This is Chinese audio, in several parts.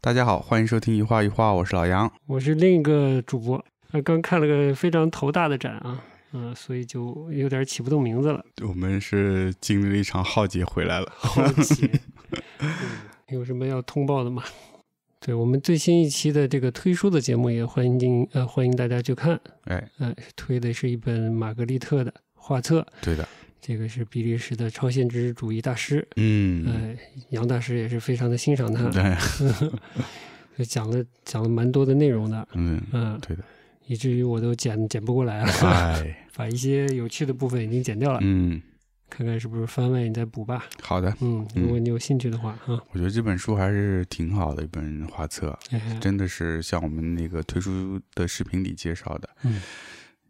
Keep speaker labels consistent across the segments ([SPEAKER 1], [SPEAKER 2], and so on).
[SPEAKER 1] 大家好，欢迎收听一画一画，我是老杨。
[SPEAKER 2] 我是另一个主播，呃刚看了个非常头大的展啊，嗯、所以就有点起不动名字了，
[SPEAKER 1] 我们是经历了一场浩劫回来了，
[SPEAKER 2] 好奇。 嗯，有什么要通报的吗？对我们最新一期的这个推书的节目也欢迎呃欢迎大家去看，
[SPEAKER 1] 哎，
[SPEAKER 2] 呃推的是一本玛格丽特的画册，
[SPEAKER 1] 对的，
[SPEAKER 2] 这个是比利时的超现实主义大师，
[SPEAKER 1] 嗯，哎
[SPEAKER 2] 呃杨大师也是非常的欣赏他，
[SPEAKER 1] 对，
[SPEAKER 2] 就讲了讲了蛮多的内容的，
[SPEAKER 1] 嗯，
[SPEAKER 2] 嗯、
[SPEAKER 1] 对的，
[SPEAKER 2] 以至于我都剪剪不过来了。
[SPEAKER 1] 哎，
[SPEAKER 2] 把一些有趣的部分已经剪掉了，
[SPEAKER 1] 嗯，
[SPEAKER 2] 看看是不是番外你再补吧。
[SPEAKER 1] 好的，
[SPEAKER 2] 嗯，
[SPEAKER 1] 嗯
[SPEAKER 2] 如果你有兴趣的话哈、
[SPEAKER 1] 我觉得这本书还是挺好的一本画册，
[SPEAKER 2] 哎，
[SPEAKER 1] 真的是像我们那个推书的视频里介绍的，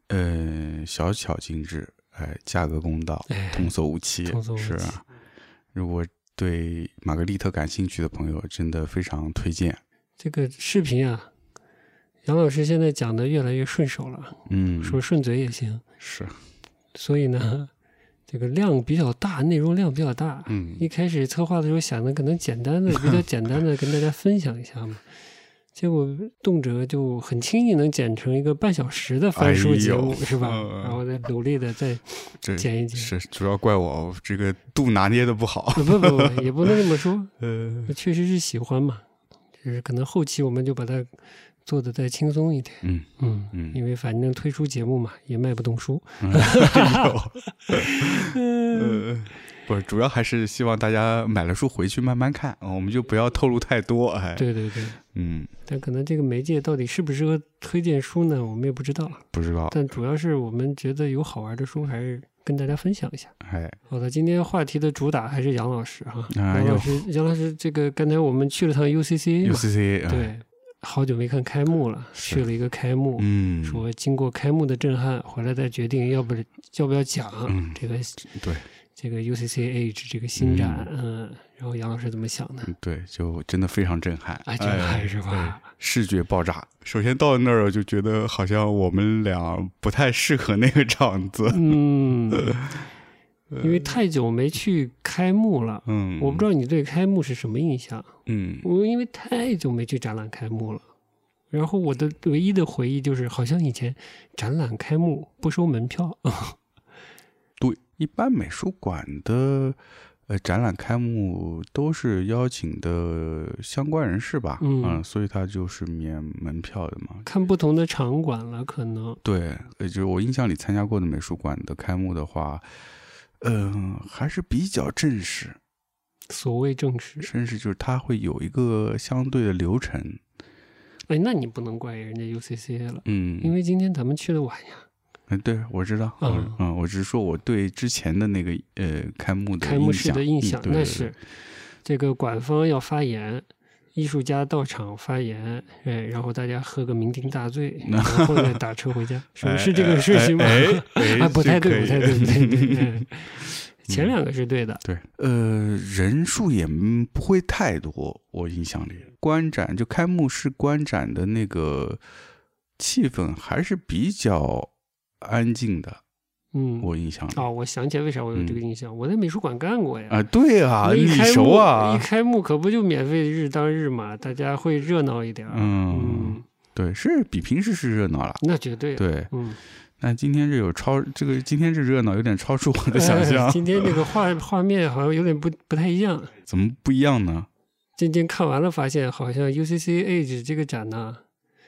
[SPEAKER 2] 嗯，
[SPEAKER 1] 呃，小巧精致，哎，价格公道，
[SPEAKER 2] 哎
[SPEAKER 1] 童叟无欺，
[SPEAKER 2] 童叟无
[SPEAKER 1] 是
[SPEAKER 2] 欺
[SPEAKER 1] 啊。如果对玛格丽特感兴趣的朋友，真的非常推荐。
[SPEAKER 2] 这个视频啊，杨老师现在讲的越来越顺手了，
[SPEAKER 1] 嗯，
[SPEAKER 2] 说顺嘴也行。
[SPEAKER 1] 是，
[SPEAKER 2] 所以呢，这个量比较大，内容量比较大。
[SPEAKER 1] 嗯，
[SPEAKER 2] 一开始策划的时候想的可能简 单的、比较简单的跟大家分享一下嘛，结果动辄就很轻易能剪成一个半小时的翻书节目，
[SPEAKER 1] 哎呦
[SPEAKER 2] 是吧？
[SPEAKER 1] 嗯
[SPEAKER 2] 然后再努力的再
[SPEAKER 1] 这
[SPEAKER 2] 剪一剪。
[SPEAKER 1] 是主要怪我这个度拿捏的不好。
[SPEAKER 2] 不不不，也不能这么说，
[SPEAKER 1] 呃，
[SPEAKER 2] 确实是喜欢嘛，就是可能后期我们就把它做的再轻松一点，
[SPEAKER 1] 嗯
[SPEAKER 2] 嗯
[SPEAKER 1] 嗯
[SPEAKER 2] 因为反正推出节目嘛，也卖不动书，
[SPEAKER 1] 哎呦，呃，不是，主要还是希望大家买了书回去慢慢看，我们就不要透露太多。哎，，
[SPEAKER 2] 对对对，
[SPEAKER 1] 嗯，
[SPEAKER 2] 但可能这个媒介到底适不适合推荐书呢，我们也不知道，
[SPEAKER 1] 不知道，
[SPEAKER 2] 但主要是我们觉得有好玩的书，还是跟大家分享一下。
[SPEAKER 1] 哎，
[SPEAKER 2] 好的，今天话题的主打还是杨老师哈，
[SPEAKER 1] 哎呦
[SPEAKER 2] 杨老师，杨老师，这个刚才我们去了趟 UCC
[SPEAKER 1] 有
[SPEAKER 2] 嘛，
[SPEAKER 1] C C，，哎
[SPEAKER 2] 对，好久没看开幕了，
[SPEAKER 1] 是
[SPEAKER 2] 去了一个开幕，
[SPEAKER 1] 嗯，
[SPEAKER 2] 说经过开幕的震撼，回来再决定要不要不要讲、
[SPEAKER 1] 嗯
[SPEAKER 2] 这个
[SPEAKER 1] 对
[SPEAKER 2] 这个 UCCH 这个新展，嗯、然后杨老师怎么想的？
[SPEAKER 1] 对，就真的非常震撼，
[SPEAKER 2] 啊，震
[SPEAKER 1] 哎
[SPEAKER 2] 撼是吧？
[SPEAKER 1] 视觉爆炸。首先到那儿，我就觉得好像我们俩不太适合那个 场子。
[SPEAKER 2] 嗯，因为太久没去开幕了，
[SPEAKER 1] 嗯，
[SPEAKER 2] 我不知
[SPEAKER 1] 道，
[SPEAKER 2] 道你对开幕是什么印象。
[SPEAKER 1] 嗯，
[SPEAKER 2] 我因为太久没去展览开幕了，然后我的唯一的回忆就是，好像以前展览开幕不收门票，
[SPEAKER 1] 对，一般美术馆的呃展览开幕都是邀请的相关人士吧，
[SPEAKER 2] 嗯
[SPEAKER 1] 所以它就是免门票的嘛。
[SPEAKER 2] 看不同的场馆了，可能
[SPEAKER 1] 对，呃，就是我印象里参加过的美术馆的开幕的话，嗯、还是比较正式，
[SPEAKER 2] 所谓正式。
[SPEAKER 1] 正式就是它会有一个相对的流程，
[SPEAKER 2] 哎，那你不能怪人家 UCCA 了，
[SPEAKER 1] 嗯，
[SPEAKER 2] 因为今天咱们去的晚呀，
[SPEAKER 1] 嗯，对，我知道，嗯
[SPEAKER 2] 嗯
[SPEAKER 1] 嗯，我只是说我对之前的那个呃开幕的
[SPEAKER 2] 开幕式的印
[SPEAKER 1] 印
[SPEAKER 2] 象
[SPEAKER 1] 嗯对
[SPEAKER 2] 那
[SPEAKER 1] 对
[SPEAKER 2] 是这个馆方要发言。艺术家到场发言，哎，然后大家喝个酩酊大醉，然后再打车 回家，是
[SPEAKER 1] 对
[SPEAKER 2] 不是这个事情吗？
[SPEAKER 1] 哎 哎哎
[SPEAKER 2] 啊，不太
[SPEAKER 1] 这
[SPEAKER 2] 对，
[SPEAKER 1] 可
[SPEAKER 2] 不
[SPEAKER 1] 以
[SPEAKER 2] 太对，不太 对。哎前
[SPEAKER 1] 嗯
[SPEAKER 2] 两个是对的，
[SPEAKER 1] 对，呃，人数也嗯不会太多，我印象里观展就开幕式观展的那个气氛还是比较安静的，
[SPEAKER 2] 嗯，
[SPEAKER 1] 我印象里。
[SPEAKER 2] 哦，我想起来为啥我有这个印象，我在美术馆干过呀。
[SPEAKER 1] 啊，对啊，
[SPEAKER 2] 那
[SPEAKER 1] 你
[SPEAKER 2] 一开
[SPEAKER 1] 熟
[SPEAKER 2] 幕
[SPEAKER 1] 啊
[SPEAKER 2] 一，开幕可不就免费日当日嘛，大家会热闹一点儿。
[SPEAKER 1] 嗯对，是比平时是热闹了。
[SPEAKER 2] 那绝对。
[SPEAKER 1] 对，
[SPEAKER 2] 嗯，
[SPEAKER 1] 但今天这有超这个今天这热闹有点超出我的想象
[SPEAKER 2] 哎。今天这个画画面好像有点不不太一样。
[SPEAKER 1] 怎么不一样呢？
[SPEAKER 2] 今天看完了，发现好像 UCC Age 这个展呢、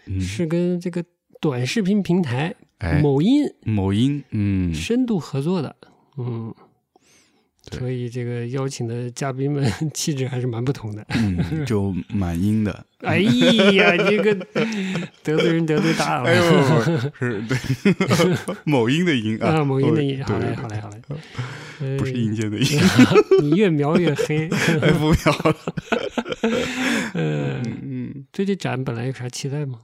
[SPEAKER 1] 嗯，
[SPEAKER 2] 是跟这个短视频平台
[SPEAKER 1] 哎，
[SPEAKER 2] 某音
[SPEAKER 1] 某音，嗯，
[SPEAKER 2] 深度合作的。嗯，
[SPEAKER 1] 对
[SPEAKER 2] 所以这个邀请的嘉宾们 气质还是蛮不同的。
[SPEAKER 1] 嗯就满音的。
[SPEAKER 2] 哎呀，你这个得罪人得罪大了。
[SPEAKER 1] 哎呦， 是 对某音的音啊，
[SPEAKER 2] 啊，某音的音，
[SPEAKER 1] 对
[SPEAKER 2] 好嘞，
[SPEAKER 1] 对
[SPEAKER 2] 好嘞，好嘞，
[SPEAKER 1] 对
[SPEAKER 2] 呃
[SPEAKER 1] 不是阴间的 阴，
[SPEAKER 2] 你越描 越黑。
[SPEAKER 1] 哎，不要 了。
[SPEAKER 2] 呃，
[SPEAKER 1] 嗯，
[SPEAKER 2] 对这展本来有啥期待吗？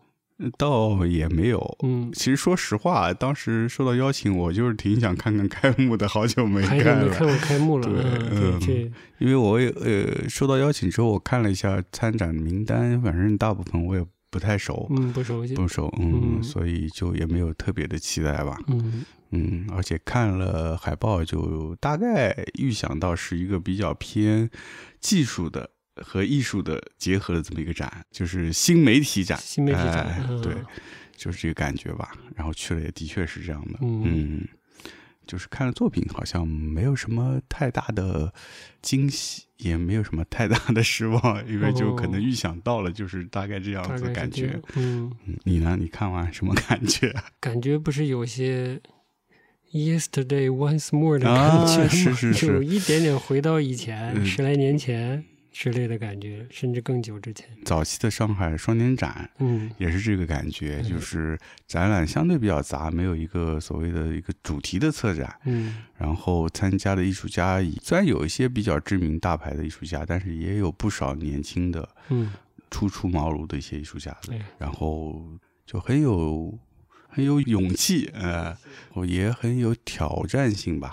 [SPEAKER 1] 倒也没有。
[SPEAKER 2] 嗯，
[SPEAKER 1] 其实说实话，当时收到邀请，我就是挺想看看开幕的，好久没
[SPEAKER 2] 还久
[SPEAKER 1] 看
[SPEAKER 2] 没
[SPEAKER 1] 了。
[SPEAKER 2] 看过开幕了，
[SPEAKER 1] 对
[SPEAKER 2] 嗯，
[SPEAKER 1] 嗯
[SPEAKER 2] 这
[SPEAKER 1] 因为我也呃收到邀请之后，我看了一下参展名单，反正大部分我也不太熟，
[SPEAKER 2] 嗯不熟悉，
[SPEAKER 1] 不熟，嗯，
[SPEAKER 2] 嗯
[SPEAKER 1] 所以就也没有特别的期待吧。
[SPEAKER 2] 嗯
[SPEAKER 1] 嗯，而且看了海报就大概预想到是一个比较偏技术的和艺术的结合的这么一个展，就是新媒体展，
[SPEAKER 2] 新媒体展
[SPEAKER 1] 哎
[SPEAKER 2] 嗯
[SPEAKER 1] 对，就是这个感觉吧。然后去了也的确是这样的，
[SPEAKER 2] 嗯
[SPEAKER 1] 嗯，就是看了作品好像没有什么太大的惊喜，也没有什么太大的失望，因为就可能
[SPEAKER 2] 哦
[SPEAKER 1] 预想到了，就是大概这样
[SPEAKER 2] 大
[SPEAKER 1] 子的
[SPEAKER 2] 概
[SPEAKER 1] 感
[SPEAKER 2] 是这
[SPEAKER 1] 觉
[SPEAKER 2] 样。。嗯，
[SPEAKER 1] 嗯你呢？你看完什么感觉？
[SPEAKER 2] 感觉不是有些 yesterday once more 的
[SPEAKER 1] 啊
[SPEAKER 2] 感觉吗？
[SPEAKER 1] 是是是
[SPEAKER 2] 有一点点回到以前、
[SPEAKER 1] 嗯
[SPEAKER 2] 十来年前之类的感觉，甚至更久之前。
[SPEAKER 1] 早期的上海双年展，
[SPEAKER 2] 嗯，
[SPEAKER 1] 也是这个感觉，
[SPEAKER 2] 对
[SPEAKER 1] 就是展览相对比较杂，没有一个所谓的一个主题的策展。
[SPEAKER 2] 嗯，
[SPEAKER 1] 然后参加的艺术家以虽然有一些比较知名大牌的艺术家，但是也有不少年轻的
[SPEAKER 2] 嗯，
[SPEAKER 1] 初出茅庐的一些艺术家的
[SPEAKER 2] 对，
[SPEAKER 1] 然后就很有很有勇气，呃，我也很有挑战性吧。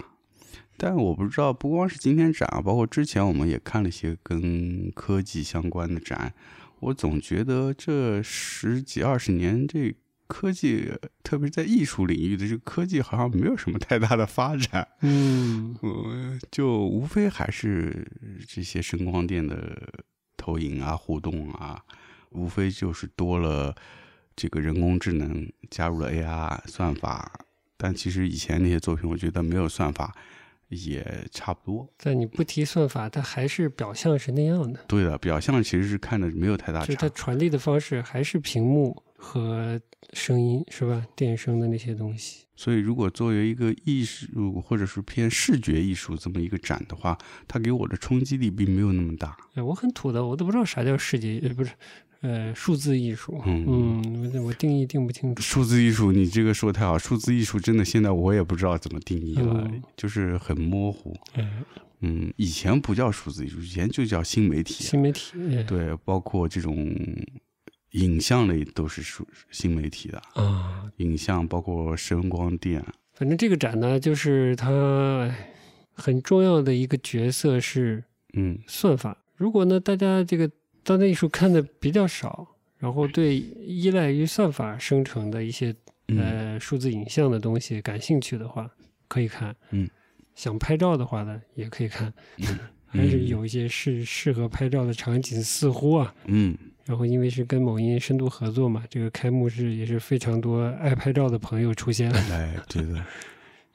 [SPEAKER 1] 但我不知道，不光是今天展啊，包括之前我们也看了一些跟科技相关的展，我总觉得这十几二十年这科技，特别是在艺术领域的这个科技，好像没有什么太大的发展。
[SPEAKER 2] 嗯，
[SPEAKER 1] 嗯，就无非还是这些声光电的投影啊、互动啊，无非就是多了这个人工智能，加入了 AI 算法。但其实以前那些作品，我觉得没有算法也差不多。
[SPEAKER 2] 在你不提算法，它还是表象是那样的，
[SPEAKER 1] 对的，表象其实是看着没有太大
[SPEAKER 2] 就是它
[SPEAKER 1] 差。
[SPEAKER 2] 传递的方式还是屏幕和声音，是吧？电声的那些东西。
[SPEAKER 1] 所以，如果作为一个艺术或者是偏视觉艺术这么一个展的话，它给我的冲击力并没有那么大。
[SPEAKER 2] 哎，我很土的，我都不知道啥叫视觉，呃不是，呃，数字艺术。
[SPEAKER 1] 嗯
[SPEAKER 2] 嗯，我我定义定不清楚。
[SPEAKER 1] 数字艺术，你这个说得太好。数字艺术真的现在我也不知道怎么定义了，
[SPEAKER 2] 嗯
[SPEAKER 1] 就是很模糊。
[SPEAKER 2] 哎，
[SPEAKER 1] 嗯，以前不叫数字艺术，以前就叫新媒体。啊
[SPEAKER 2] 新媒体。哎
[SPEAKER 1] 对，包括这种影像类都是数新媒体的，
[SPEAKER 2] 啊，
[SPEAKER 1] 影像包括声光电。
[SPEAKER 2] 反正这个展呢，就是它哎很重要的一个角色是
[SPEAKER 1] 嗯
[SPEAKER 2] 算法。如果呢，大家这个当代艺术看的比较少，然后对依赖于算法生成的一些
[SPEAKER 1] 嗯
[SPEAKER 2] 呃数字影像的东西感兴趣的话，可以看。
[SPEAKER 1] 嗯，
[SPEAKER 2] 想拍照的话呢，也可以看。 还是有一些是适合拍照的场景，似乎啊，
[SPEAKER 1] 嗯
[SPEAKER 2] 然后因为是跟某音深度合作嘛，这个开幕式也是非常多爱拍照的朋友出现了。
[SPEAKER 1] 哎，对的，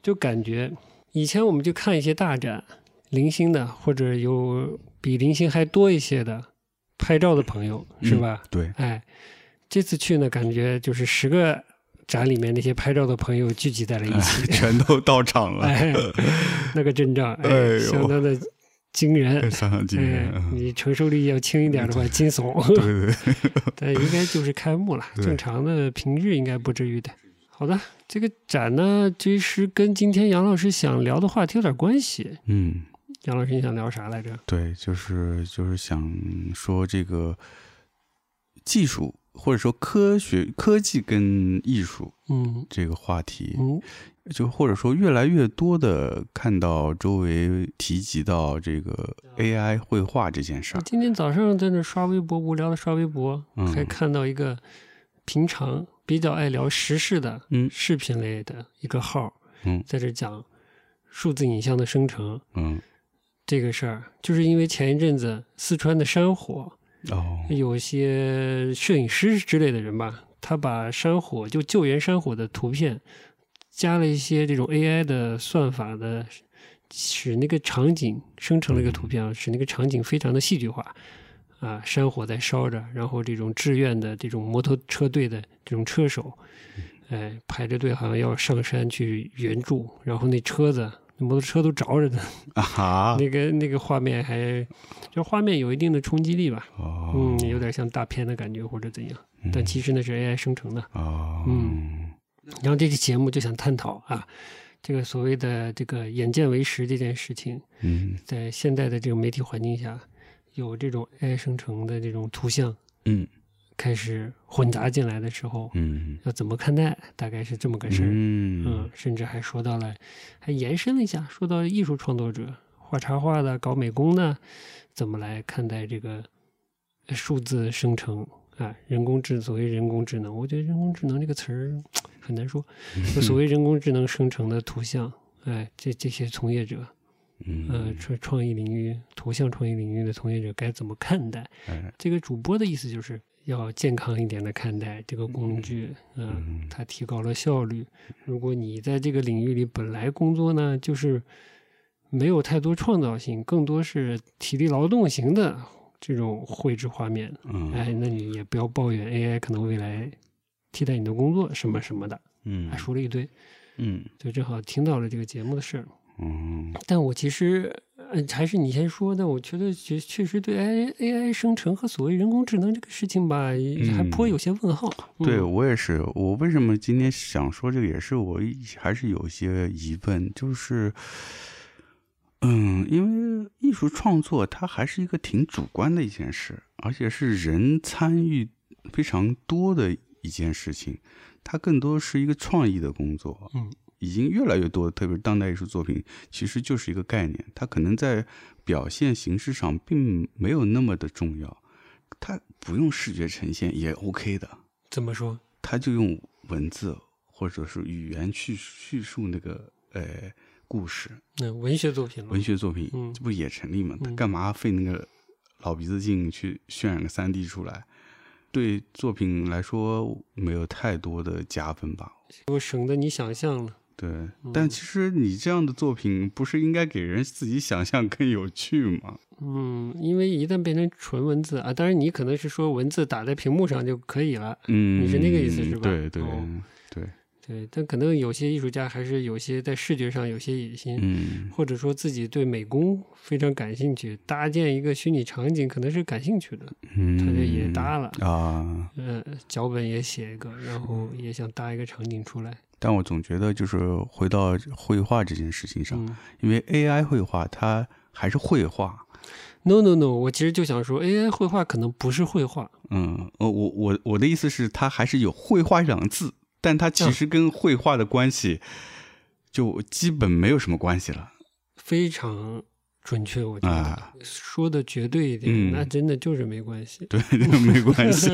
[SPEAKER 2] 就感觉以前我们就看一些大展，零星的或者有比零星还多一些的拍照的朋友，
[SPEAKER 1] 嗯
[SPEAKER 2] 是吧？
[SPEAKER 1] 对，
[SPEAKER 2] 哎，这次去呢，感觉就是十个展里面那些拍照的朋友聚集在了一起，
[SPEAKER 1] 全都到场了，
[SPEAKER 2] 哎， 那个阵仗，
[SPEAKER 1] 哎
[SPEAKER 2] 哎，
[SPEAKER 1] 呦
[SPEAKER 2] 相当的惊人。
[SPEAKER 1] 上上惊人
[SPEAKER 2] 哎。，
[SPEAKER 1] 嗯
[SPEAKER 2] 你承受力要轻一点的话，惊悚。
[SPEAKER 1] 对对
[SPEAKER 2] 嗯
[SPEAKER 1] 对，
[SPEAKER 2] 但应该就是开幕了，
[SPEAKER 1] 对
[SPEAKER 2] 正常的平日应该不至于的。好的，这个展呢，其实跟今天杨老师想聊的话题有点关系。
[SPEAKER 1] 嗯。
[SPEAKER 2] 杨老师，你想聊啥来着？
[SPEAKER 1] 对，就是就是想说这个技术或者说科学科技跟艺术
[SPEAKER 2] 嗯
[SPEAKER 1] 这个话题，
[SPEAKER 2] 嗯
[SPEAKER 1] 就或者说越来越多的看到周围提及到这个
[SPEAKER 2] 嗯
[SPEAKER 1] AI 绘画这件事儿，
[SPEAKER 2] 今天早上在那刷微博，无聊的刷微博，
[SPEAKER 1] 嗯
[SPEAKER 2] 还看到一个平常比较爱聊时事的
[SPEAKER 1] 嗯
[SPEAKER 2] 视频类的一个号，
[SPEAKER 1] 嗯
[SPEAKER 2] 在这讲数字影像的生成
[SPEAKER 1] 嗯
[SPEAKER 2] 这个事儿，就是因为前一阵子四川的山火，
[SPEAKER 1] 哦
[SPEAKER 2] 有些摄影师之类的人吧，他把山火就救援山火的图片，加了一些这种 AI 的算法的，使那个场景生成了一个图片啊，使那个场景非常的戏剧化。啊，山火在烧着，然后这种志愿的这种摩托车队的这种车手，哎，排着队好像要上山去援助，然后那车子、那摩托车都着着呢，
[SPEAKER 1] 啊哈
[SPEAKER 2] 那个那个画面还，就画面有一定的冲击力吧。
[SPEAKER 1] 哦嗯
[SPEAKER 2] 嗯，有点像大片的感觉或者怎样，但其实那是 AI 生成的。
[SPEAKER 1] 哦
[SPEAKER 2] 嗯然后这期节目就想探讨啊，这个所谓的这个眼见为实这件事情，
[SPEAKER 1] 嗯
[SPEAKER 2] 在现在的这个媒体环境下，有这种 AI 生成的这种图像
[SPEAKER 1] 嗯
[SPEAKER 2] 开始混杂进来的时候，
[SPEAKER 1] 嗯
[SPEAKER 2] 要怎么看待？大概是这么个事儿。嗯
[SPEAKER 1] 嗯，
[SPEAKER 2] 甚至还说到了，还延伸了一下，说到艺术创作者，画插画的、搞美工的，怎么来看待这个呃数字生成啊？人工智所谓人工智能，我觉得人工智能这个词儿很难说。就所谓人工智能生成的图像，哎，这这些从业者，呃
[SPEAKER 1] 嗯，
[SPEAKER 2] 创创意领域、图像创意领域的从业者该怎么看待？
[SPEAKER 1] 哎，
[SPEAKER 2] 这个主播的意思就是要健康一点的看待这个工具，嗯、
[SPEAKER 1] 嗯
[SPEAKER 2] 它提高了效率。如果你在这个领域里本来工作呢，就是没有太多创造性，更多是体力劳动型的这种绘制画面，
[SPEAKER 1] 嗯
[SPEAKER 2] 哎，那你也不要抱怨 AI 可能未来替代你的工作什么什么的，
[SPEAKER 1] 嗯
[SPEAKER 2] 还说了一堆，
[SPEAKER 1] 嗯
[SPEAKER 2] 就正好听到了这个节目的事儿。
[SPEAKER 1] 嗯
[SPEAKER 2] 但我其实，嗯、还是你先说。但我觉得确确实对 AI AI 生成和所谓人工智能这个事情吧，还颇有些问号。嗯
[SPEAKER 1] 对我也是，我为什么今天想说这个，也是我一还是有些疑问，就是，嗯，因为艺术创作它还是一个挺主观的一件事，而且是人参与非常多的一件事情，它更多是一个创意的工作，
[SPEAKER 2] 嗯，
[SPEAKER 1] 已经越来越多，特别是当代艺术作品，其实就是一个概念，它可能在表现形式上并没有那么的重要，它不用视觉呈现也 OK 的。
[SPEAKER 2] 怎么说？
[SPEAKER 1] 他就用文字或者是语言去叙述那个呃故事，
[SPEAKER 2] 那、文学作品了
[SPEAKER 1] 文学作品，
[SPEAKER 2] 嗯
[SPEAKER 1] 这不也成立吗？他
[SPEAKER 2] 嗯
[SPEAKER 1] 干嘛费那个老鼻子劲去渲染个三 D 出来？对作品来说没有太多的加分吧？
[SPEAKER 2] 我省得你想象了。
[SPEAKER 1] 对，
[SPEAKER 2] 嗯
[SPEAKER 1] 但其实你这样的作品不是应该给人自己想象更有趣吗？
[SPEAKER 2] 嗯，因为一旦变成纯文字啊，当然你可能是说文字打在屏幕上就可以了，
[SPEAKER 1] 嗯，
[SPEAKER 2] 你是那个意思是吧
[SPEAKER 1] 对对、
[SPEAKER 2] 哦
[SPEAKER 1] 对，
[SPEAKER 2] 对。但可能有些艺术家还是有些在视觉上有些野心，
[SPEAKER 1] 嗯
[SPEAKER 2] 或者说自己对美工非常感兴趣，搭建一个虚拟场景可能是感兴趣的，
[SPEAKER 1] 嗯，
[SPEAKER 2] 他就也搭了。
[SPEAKER 1] 啊。
[SPEAKER 2] 呃，脚本也写一个，然后也想搭一个场景出来。
[SPEAKER 1] 但我总觉得就是回到绘画这件事情上，
[SPEAKER 2] 嗯
[SPEAKER 1] 因为 AI 绘画它还是绘画，
[SPEAKER 2] ，no no no，我其实就想说，AI 绘画可能不是绘画，
[SPEAKER 1] 嗯，呃，我我我的意思是，它还是有绘画两个字，但它其实跟绘画的关系就基本没有什么关系了
[SPEAKER 2] 非常准确，我觉得、
[SPEAKER 1] 啊，
[SPEAKER 2] 说的绝对一点，
[SPEAKER 1] 嗯
[SPEAKER 2] 那真的就是没关系。
[SPEAKER 1] 对，对没关 系，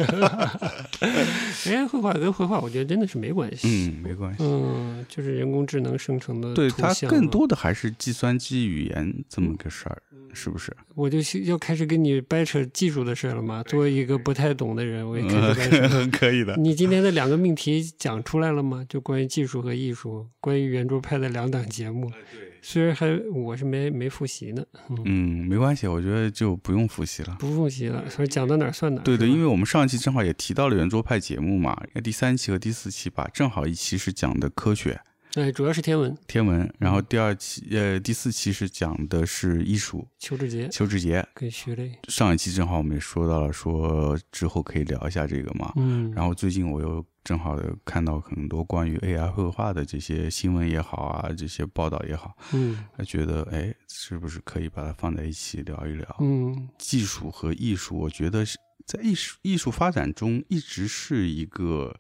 [SPEAKER 2] AI 绘画跟绘画，我觉得真的是没关系。
[SPEAKER 1] 嗯，没关系，
[SPEAKER 2] 嗯就是人工智能生成的
[SPEAKER 1] 对，
[SPEAKER 2] 图
[SPEAKER 1] 它
[SPEAKER 2] 像啊
[SPEAKER 1] 更
[SPEAKER 2] 嘛，
[SPEAKER 1] 多的还是计算机语言这么个事儿，是不是？
[SPEAKER 2] 我就是要开始跟你掰扯技术的事儿了嘛。作为一个不太懂的人，我也开始掰扯。
[SPEAKER 1] 嗯， 可以的，
[SPEAKER 2] 你今天的两个命题讲出来了吗？就关于技术和艺术，关于圆桌派的两档节目。虽然还我是没没复习呢，
[SPEAKER 1] 嗯，没关系，我觉得就不用复习了。
[SPEAKER 2] 不复习了，所以讲到哪儿算哪儿。
[SPEAKER 1] 对对，因
[SPEAKER 2] 为
[SPEAKER 1] 为我们上一期正好也提到了圆桌派节目嘛，第三期和第四期吧，正好一期是讲的科学，
[SPEAKER 2] 哎，主要是天文，
[SPEAKER 1] 天
[SPEAKER 2] 嗯
[SPEAKER 1] 文，然后第二期呃第四期是讲的是艺术，
[SPEAKER 2] 邱志杰
[SPEAKER 1] 邱志杰。
[SPEAKER 2] 跟徐磊，
[SPEAKER 1] 上一期正好我们也说到了，说之后可以聊一下这个嘛。
[SPEAKER 2] 嗯，
[SPEAKER 1] 然后最近我又正好有看到很多关于 AI 绘画的这些新闻也好啊，这些报道也好，
[SPEAKER 2] 嗯
[SPEAKER 1] 还觉得哎，是不是可以把它放在一起聊一聊？
[SPEAKER 2] 嗯
[SPEAKER 1] 技术和艺术，我觉得是在艺术艺术发展中一直是一个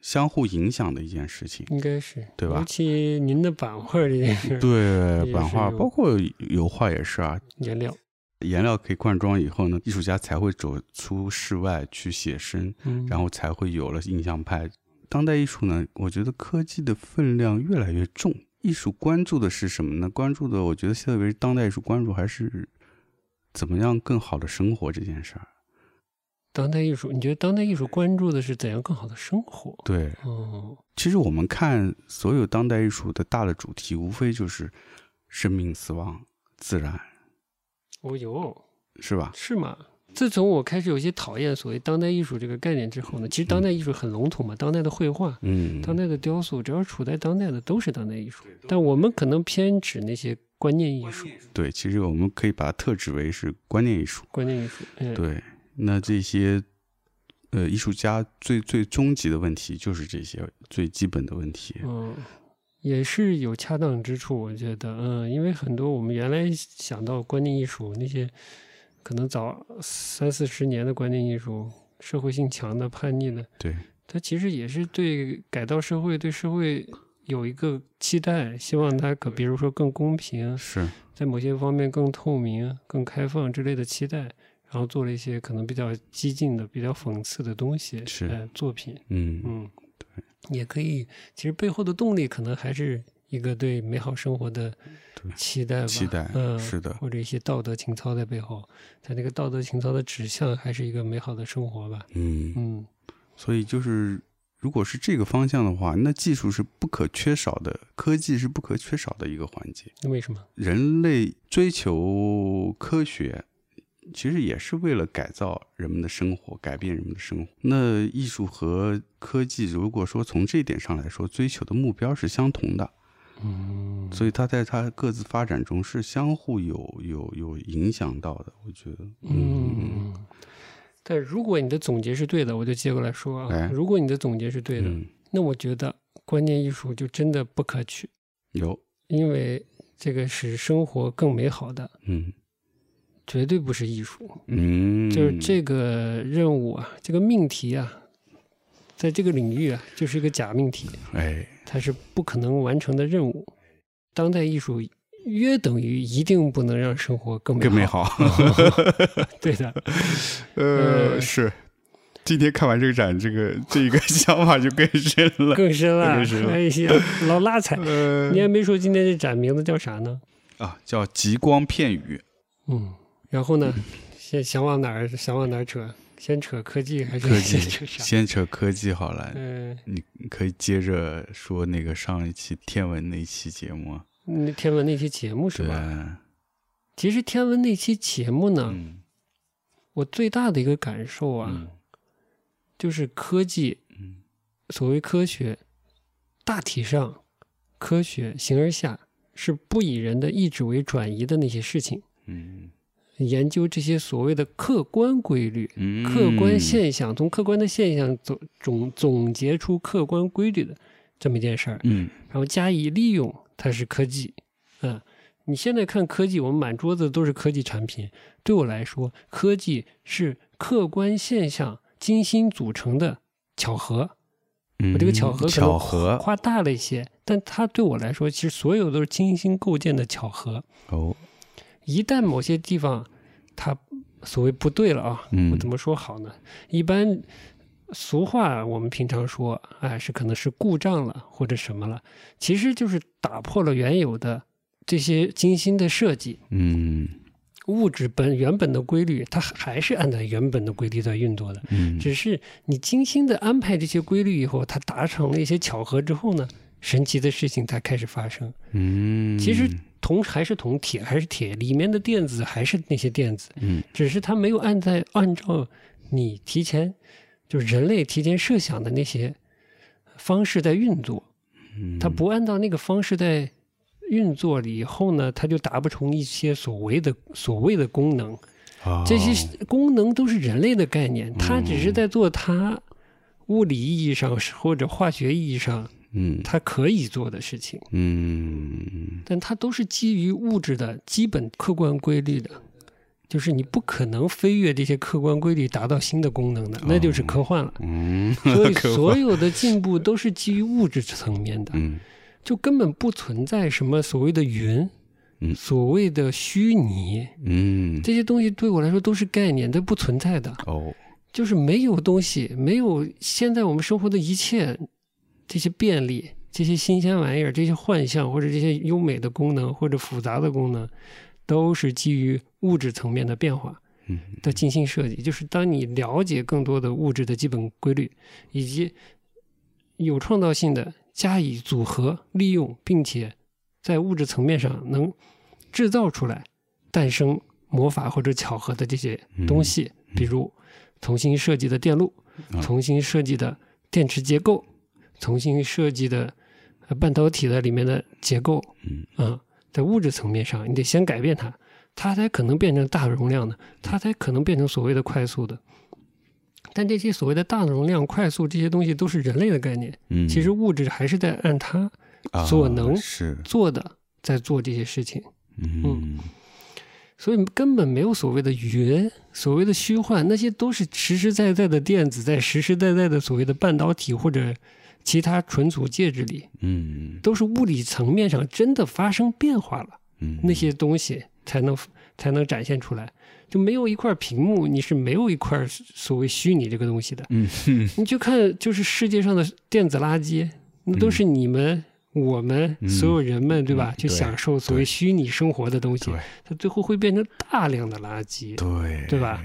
[SPEAKER 1] 相互影响的一件事情。
[SPEAKER 2] 应该是
[SPEAKER 1] 对吧
[SPEAKER 2] 尤其您的板块这件事儿
[SPEAKER 1] 对，版画
[SPEAKER 2] 也是有
[SPEAKER 1] 包括油画也是啊，
[SPEAKER 2] 颜料，
[SPEAKER 1] 颜料可以灌装以后呢，艺术家才会走出室外去写生，
[SPEAKER 2] 嗯，
[SPEAKER 1] 然后才会有了印象派。当代艺术呢，我觉得科技的分量越来越重。艺术关注的是什么呢？关注的，我觉得特别是当代艺术关注还是怎么样更好的生活这件事儿。
[SPEAKER 2] 当代艺术，你觉得当代艺术关注的是怎样更好的生活？
[SPEAKER 1] 对，
[SPEAKER 2] 哦，
[SPEAKER 1] 其实我们看所有当代艺术的大的主题，无非就是生命、死亡、自然，
[SPEAKER 2] 哦哟，
[SPEAKER 1] 是吧？
[SPEAKER 2] 是吗？自从我开始有些讨厌所谓当代艺术这个概念之后呢，其实当代艺术很笼统嘛，当代的绘画，
[SPEAKER 1] 嗯，
[SPEAKER 2] 当代的雕塑，只要处在当代的都是当代艺术，但我们可能偏指那些观念艺术，
[SPEAKER 1] 对，其实我们可以把它特指为是观念艺术。
[SPEAKER 2] 观念艺术，嗯，
[SPEAKER 1] 对，那这些呃艺术家最最终极的问题就是这些最基本的问题。
[SPEAKER 2] 嗯，也是有恰当之处，我觉得，嗯，因为很多我们原来想到观念艺术那些，可能早三四十年的观念艺术，社会性强的、叛逆的，
[SPEAKER 1] 对，
[SPEAKER 2] 它其实也是对改造社会、对社会有一个期待，希望它可比如说更公平，
[SPEAKER 1] 是，
[SPEAKER 2] 在某些方面更透明、更开放之类的期待，然后做了一些可能比较激进的、比较讽刺的东西，
[SPEAKER 1] 是
[SPEAKER 2] 呃、作品，
[SPEAKER 1] 嗯，
[SPEAKER 2] 嗯，也可以。其实背后的动力可能还是一个对美好生活的
[SPEAKER 1] 对
[SPEAKER 2] 期待吧。
[SPEAKER 1] 期待
[SPEAKER 2] 嗯，
[SPEAKER 1] 是的
[SPEAKER 2] 或者一些道德情操在背后，他那个道德情操的指向还是一个美好的生活吧。
[SPEAKER 1] 嗯，
[SPEAKER 2] 嗯，
[SPEAKER 1] 所以就是，如果是这个方向的话，那技术是不可缺少的，科技是不可缺少的一个环节。
[SPEAKER 2] 那为什么？
[SPEAKER 1] 人类追求科学，其实也是为了改造人们的生活，改变人们的生活。那艺术和科技，如果说从这一点上来说，追求的目标是相同的，
[SPEAKER 2] 嗯，
[SPEAKER 1] 所以它在它各自发展中是相互有有有影响到的。我觉得，嗯，
[SPEAKER 2] 嗯，但如果你的总结是对的，我就接过来说
[SPEAKER 1] 哎
[SPEAKER 2] 啊，如果你的总结是对的，
[SPEAKER 1] 嗯
[SPEAKER 2] 那我觉得观念艺术就真的不可取，
[SPEAKER 1] 有，
[SPEAKER 2] 因为这个使生活更美好的
[SPEAKER 1] 嗯
[SPEAKER 2] 绝对不是艺术，
[SPEAKER 1] 嗯，
[SPEAKER 2] 就是这个任务啊，这个命题啊，在这个领域啊，就是一个假命题，
[SPEAKER 1] 哎，
[SPEAKER 2] 它是不可能完成的任务。当代艺术约等于一定不能让生活更美
[SPEAKER 1] 更美
[SPEAKER 2] 好，
[SPEAKER 1] 好。
[SPEAKER 2] 对的，
[SPEAKER 1] 呃，
[SPEAKER 2] 呃
[SPEAKER 1] 是。今天看完这个展，这个这个想法就更深了。
[SPEAKER 2] 更深了，
[SPEAKER 1] 更深了
[SPEAKER 2] 哎呀，老拉踩。
[SPEAKER 1] 呃
[SPEAKER 2] 你还没说今天这展名字叫啥呢？
[SPEAKER 1] 啊，叫极光片语。
[SPEAKER 2] 嗯，然后呢，先想往哪儿想往哪儿扯？先扯科技还是
[SPEAKER 1] 科技
[SPEAKER 2] 先扯啥？
[SPEAKER 1] 先扯科技好了，
[SPEAKER 2] 嗯，
[SPEAKER 1] 你可以接着说那个上一期天文那一期节目啊，
[SPEAKER 2] 那天文那期节目是
[SPEAKER 1] 对
[SPEAKER 2] 吧？
[SPEAKER 1] 啊，
[SPEAKER 2] 其实天文那期节目呢，
[SPEAKER 1] 嗯
[SPEAKER 2] 我最大的一个感受啊，
[SPEAKER 1] 嗯
[SPEAKER 2] 就是科技，
[SPEAKER 1] 嗯
[SPEAKER 2] 所谓科学，大体上科学形而下是不以人的意志为转移的那些事情，
[SPEAKER 1] 嗯
[SPEAKER 2] 研究这些所谓的客观规律、
[SPEAKER 1] 嗯，
[SPEAKER 2] 客观现象，从客观的现象总总总结出客观规律的这么一件事儿，
[SPEAKER 1] 嗯，
[SPEAKER 2] 然后加以利用，它是科技。嗯，你现在看科技，我们满桌子都是科技产品。对我来说，科技是客观现象精心组成的巧合。
[SPEAKER 1] 嗯，
[SPEAKER 2] 我这个巧合可能
[SPEAKER 1] 巧合
[SPEAKER 2] 夸大了一些，但它对我来说，其实所有都是精心构建的巧合。
[SPEAKER 1] 哦，
[SPEAKER 2] 一旦某些地方它所谓不对了啊，
[SPEAKER 1] 嗯
[SPEAKER 2] 我怎么说好呢？一般俗话我们平常说，哎，是可能是故障了或者什么了，其实就是打破了原有的这些精心的设计。
[SPEAKER 1] 嗯
[SPEAKER 2] 物质本原本的规律，它还是按照原本的规律在运作的，
[SPEAKER 1] 嗯，
[SPEAKER 2] 只是你精心的安排这些规律以后，它达成了一些巧合之后呢，神奇的事情才开始发生。
[SPEAKER 1] 嗯，
[SPEAKER 2] 其实铜还是铜，铁还是铁，里面的电子还是那些电子，
[SPEAKER 1] 嗯
[SPEAKER 2] 只是它没有按在按照你提前就是人类提前设想的那些方式在运作，
[SPEAKER 1] 嗯
[SPEAKER 2] 它不按照那个方式在运作了以后呢，它就达不成一些所谓的所谓的功能，
[SPEAKER 1] 哦
[SPEAKER 2] 这些功能都是人类的概念，它
[SPEAKER 1] 嗯
[SPEAKER 2] 只是在做它物理意义上或者化学意义上
[SPEAKER 1] 嗯
[SPEAKER 2] 它可以做的事情。
[SPEAKER 1] 嗯
[SPEAKER 2] 但它都是基于物质的基本客观规律的，就是你不可能飞跃这些客观规律达到新的功能的，那就是
[SPEAKER 1] 哦
[SPEAKER 2] 科 幻了。
[SPEAKER 1] 嗯
[SPEAKER 2] 所以所有的进步都是基于物质层面的，
[SPEAKER 1] 嗯
[SPEAKER 2] 就根本不存在什么所谓的云
[SPEAKER 1] 嗯，
[SPEAKER 2] 所谓的虚拟
[SPEAKER 1] 嗯
[SPEAKER 2] 这些东西对我来说都是概念，它不存在的，
[SPEAKER 1] 哦
[SPEAKER 2] 就是没有东西，没有现在我们生活的一切这些便利、这些新鲜玩意儿、这些幻象或者这些优美的功能或者复杂的功能，都是基于物质层面的变化
[SPEAKER 1] 嗯
[SPEAKER 2] 的精心设计。就是当你了解更多的物质的基本规律，以及有创造性的加以组合利用，并且在物质层面上能制造出来、诞生魔法或者巧合的这些
[SPEAKER 1] 嗯
[SPEAKER 2] 东西，比如重新设计的电路
[SPEAKER 1] 啊，
[SPEAKER 2] 重新设计的电池结构，重新设计的呃半导体的里面的结构，
[SPEAKER 1] 嗯
[SPEAKER 2] 啊，在物质层面上，你得先改变它，它才可能变成大容量的，它才可能变成所谓的快速的。但这些所谓的大容量、快速这些东西都是人类的概念，
[SPEAKER 1] 嗯，
[SPEAKER 2] 其实物质还是在按它
[SPEAKER 1] 啊
[SPEAKER 2] 所能
[SPEAKER 1] 是
[SPEAKER 2] 做的在做这些事情。
[SPEAKER 1] 嗯
[SPEAKER 2] 所以根本没有所谓的云，所谓的虚幻，那些都是实实在在的电子在实实在在的所谓的半导体或者其他纯属介质里，
[SPEAKER 1] 嗯
[SPEAKER 2] 都是物理层面上真的发生变化了，
[SPEAKER 1] 嗯
[SPEAKER 2] 那些东西才能才能展现出来。就没有一块屏幕，你是没有一块所谓虚拟这个东西的。
[SPEAKER 1] 嗯哼
[SPEAKER 2] 你去看，就是世界上的电子垃圾，那都是你们我们所有人们，对吧？
[SPEAKER 1] 嗯
[SPEAKER 2] 去
[SPEAKER 1] 对
[SPEAKER 2] 享受所谓
[SPEAKER 1] 对
[SPEAKER 2] 虚拟生活的东西，
[SPEAKER 1] 对
[SPEAKER 2] 它最后会变成大量的垃圾。
[SPEAKER 1] 对
[SPEAKER 2] 对吧？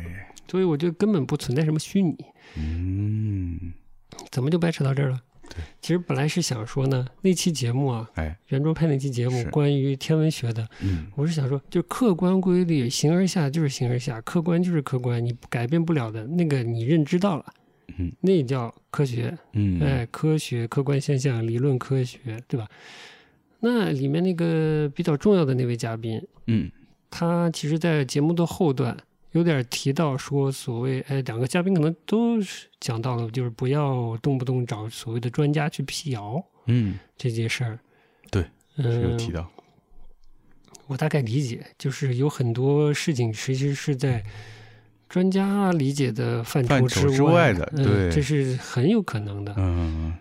[SPEAKER 2] 所以我觉得根本不存在什么虚拟，
[SPEAKER 1] 嗯，
[SPEAKER 2] 怎么就掰扯到这儿了？其实本来是想说呢，那期节目啊，
[SPEAKER 1] 哎，
[SPEAKER 2] 圆桌派那期节目
[SPEAKER 1] 是
[SPEAKER 2] 关于天文学的，
[SPEAKER 1] 嗯，
[SPEAKER 2] 我是想说，就是客观规律，形而下就是形而下，客观就是客观，你改变不了的那个你认知到了，
[SPEAKER 1] 嗯，
[SPEAKER 2] 那叫科学，
[SPEAKER 1] 嗯，
[SPEAKER 2] 哎，科学、客观现象、理论科学，对吧？那里面那个比较重要的那位嘉宾，
[SPEAKER 1] 嗯，
[SPEAKER 2] 他其实，在节目的后段有点提到说，所谓哎，两个嘉宾可能都是讲到了，就是不要动不动找所谓的专家去辟谣
[SPEAKER 1] 嗯，
[SPEAKER 2] 这件事儿。
[SPEAKER 1] 对，是有
[SPEAKER 2] 嗯，
[SPEAKER 1] 提到，
[SPEAKER 2] 我大概理解，就是有很多事情其实是在专家理解的范
[SPEAKER 1] 范
[SPEAKER 2] 畴
[SPEAKER 1] 畴之外的
[SPEAKER 2] 嗯
[SPEAKER 1] 对
[SPEAKER 2] 这是很有可能的。
[SPEAKER 1] 嗯，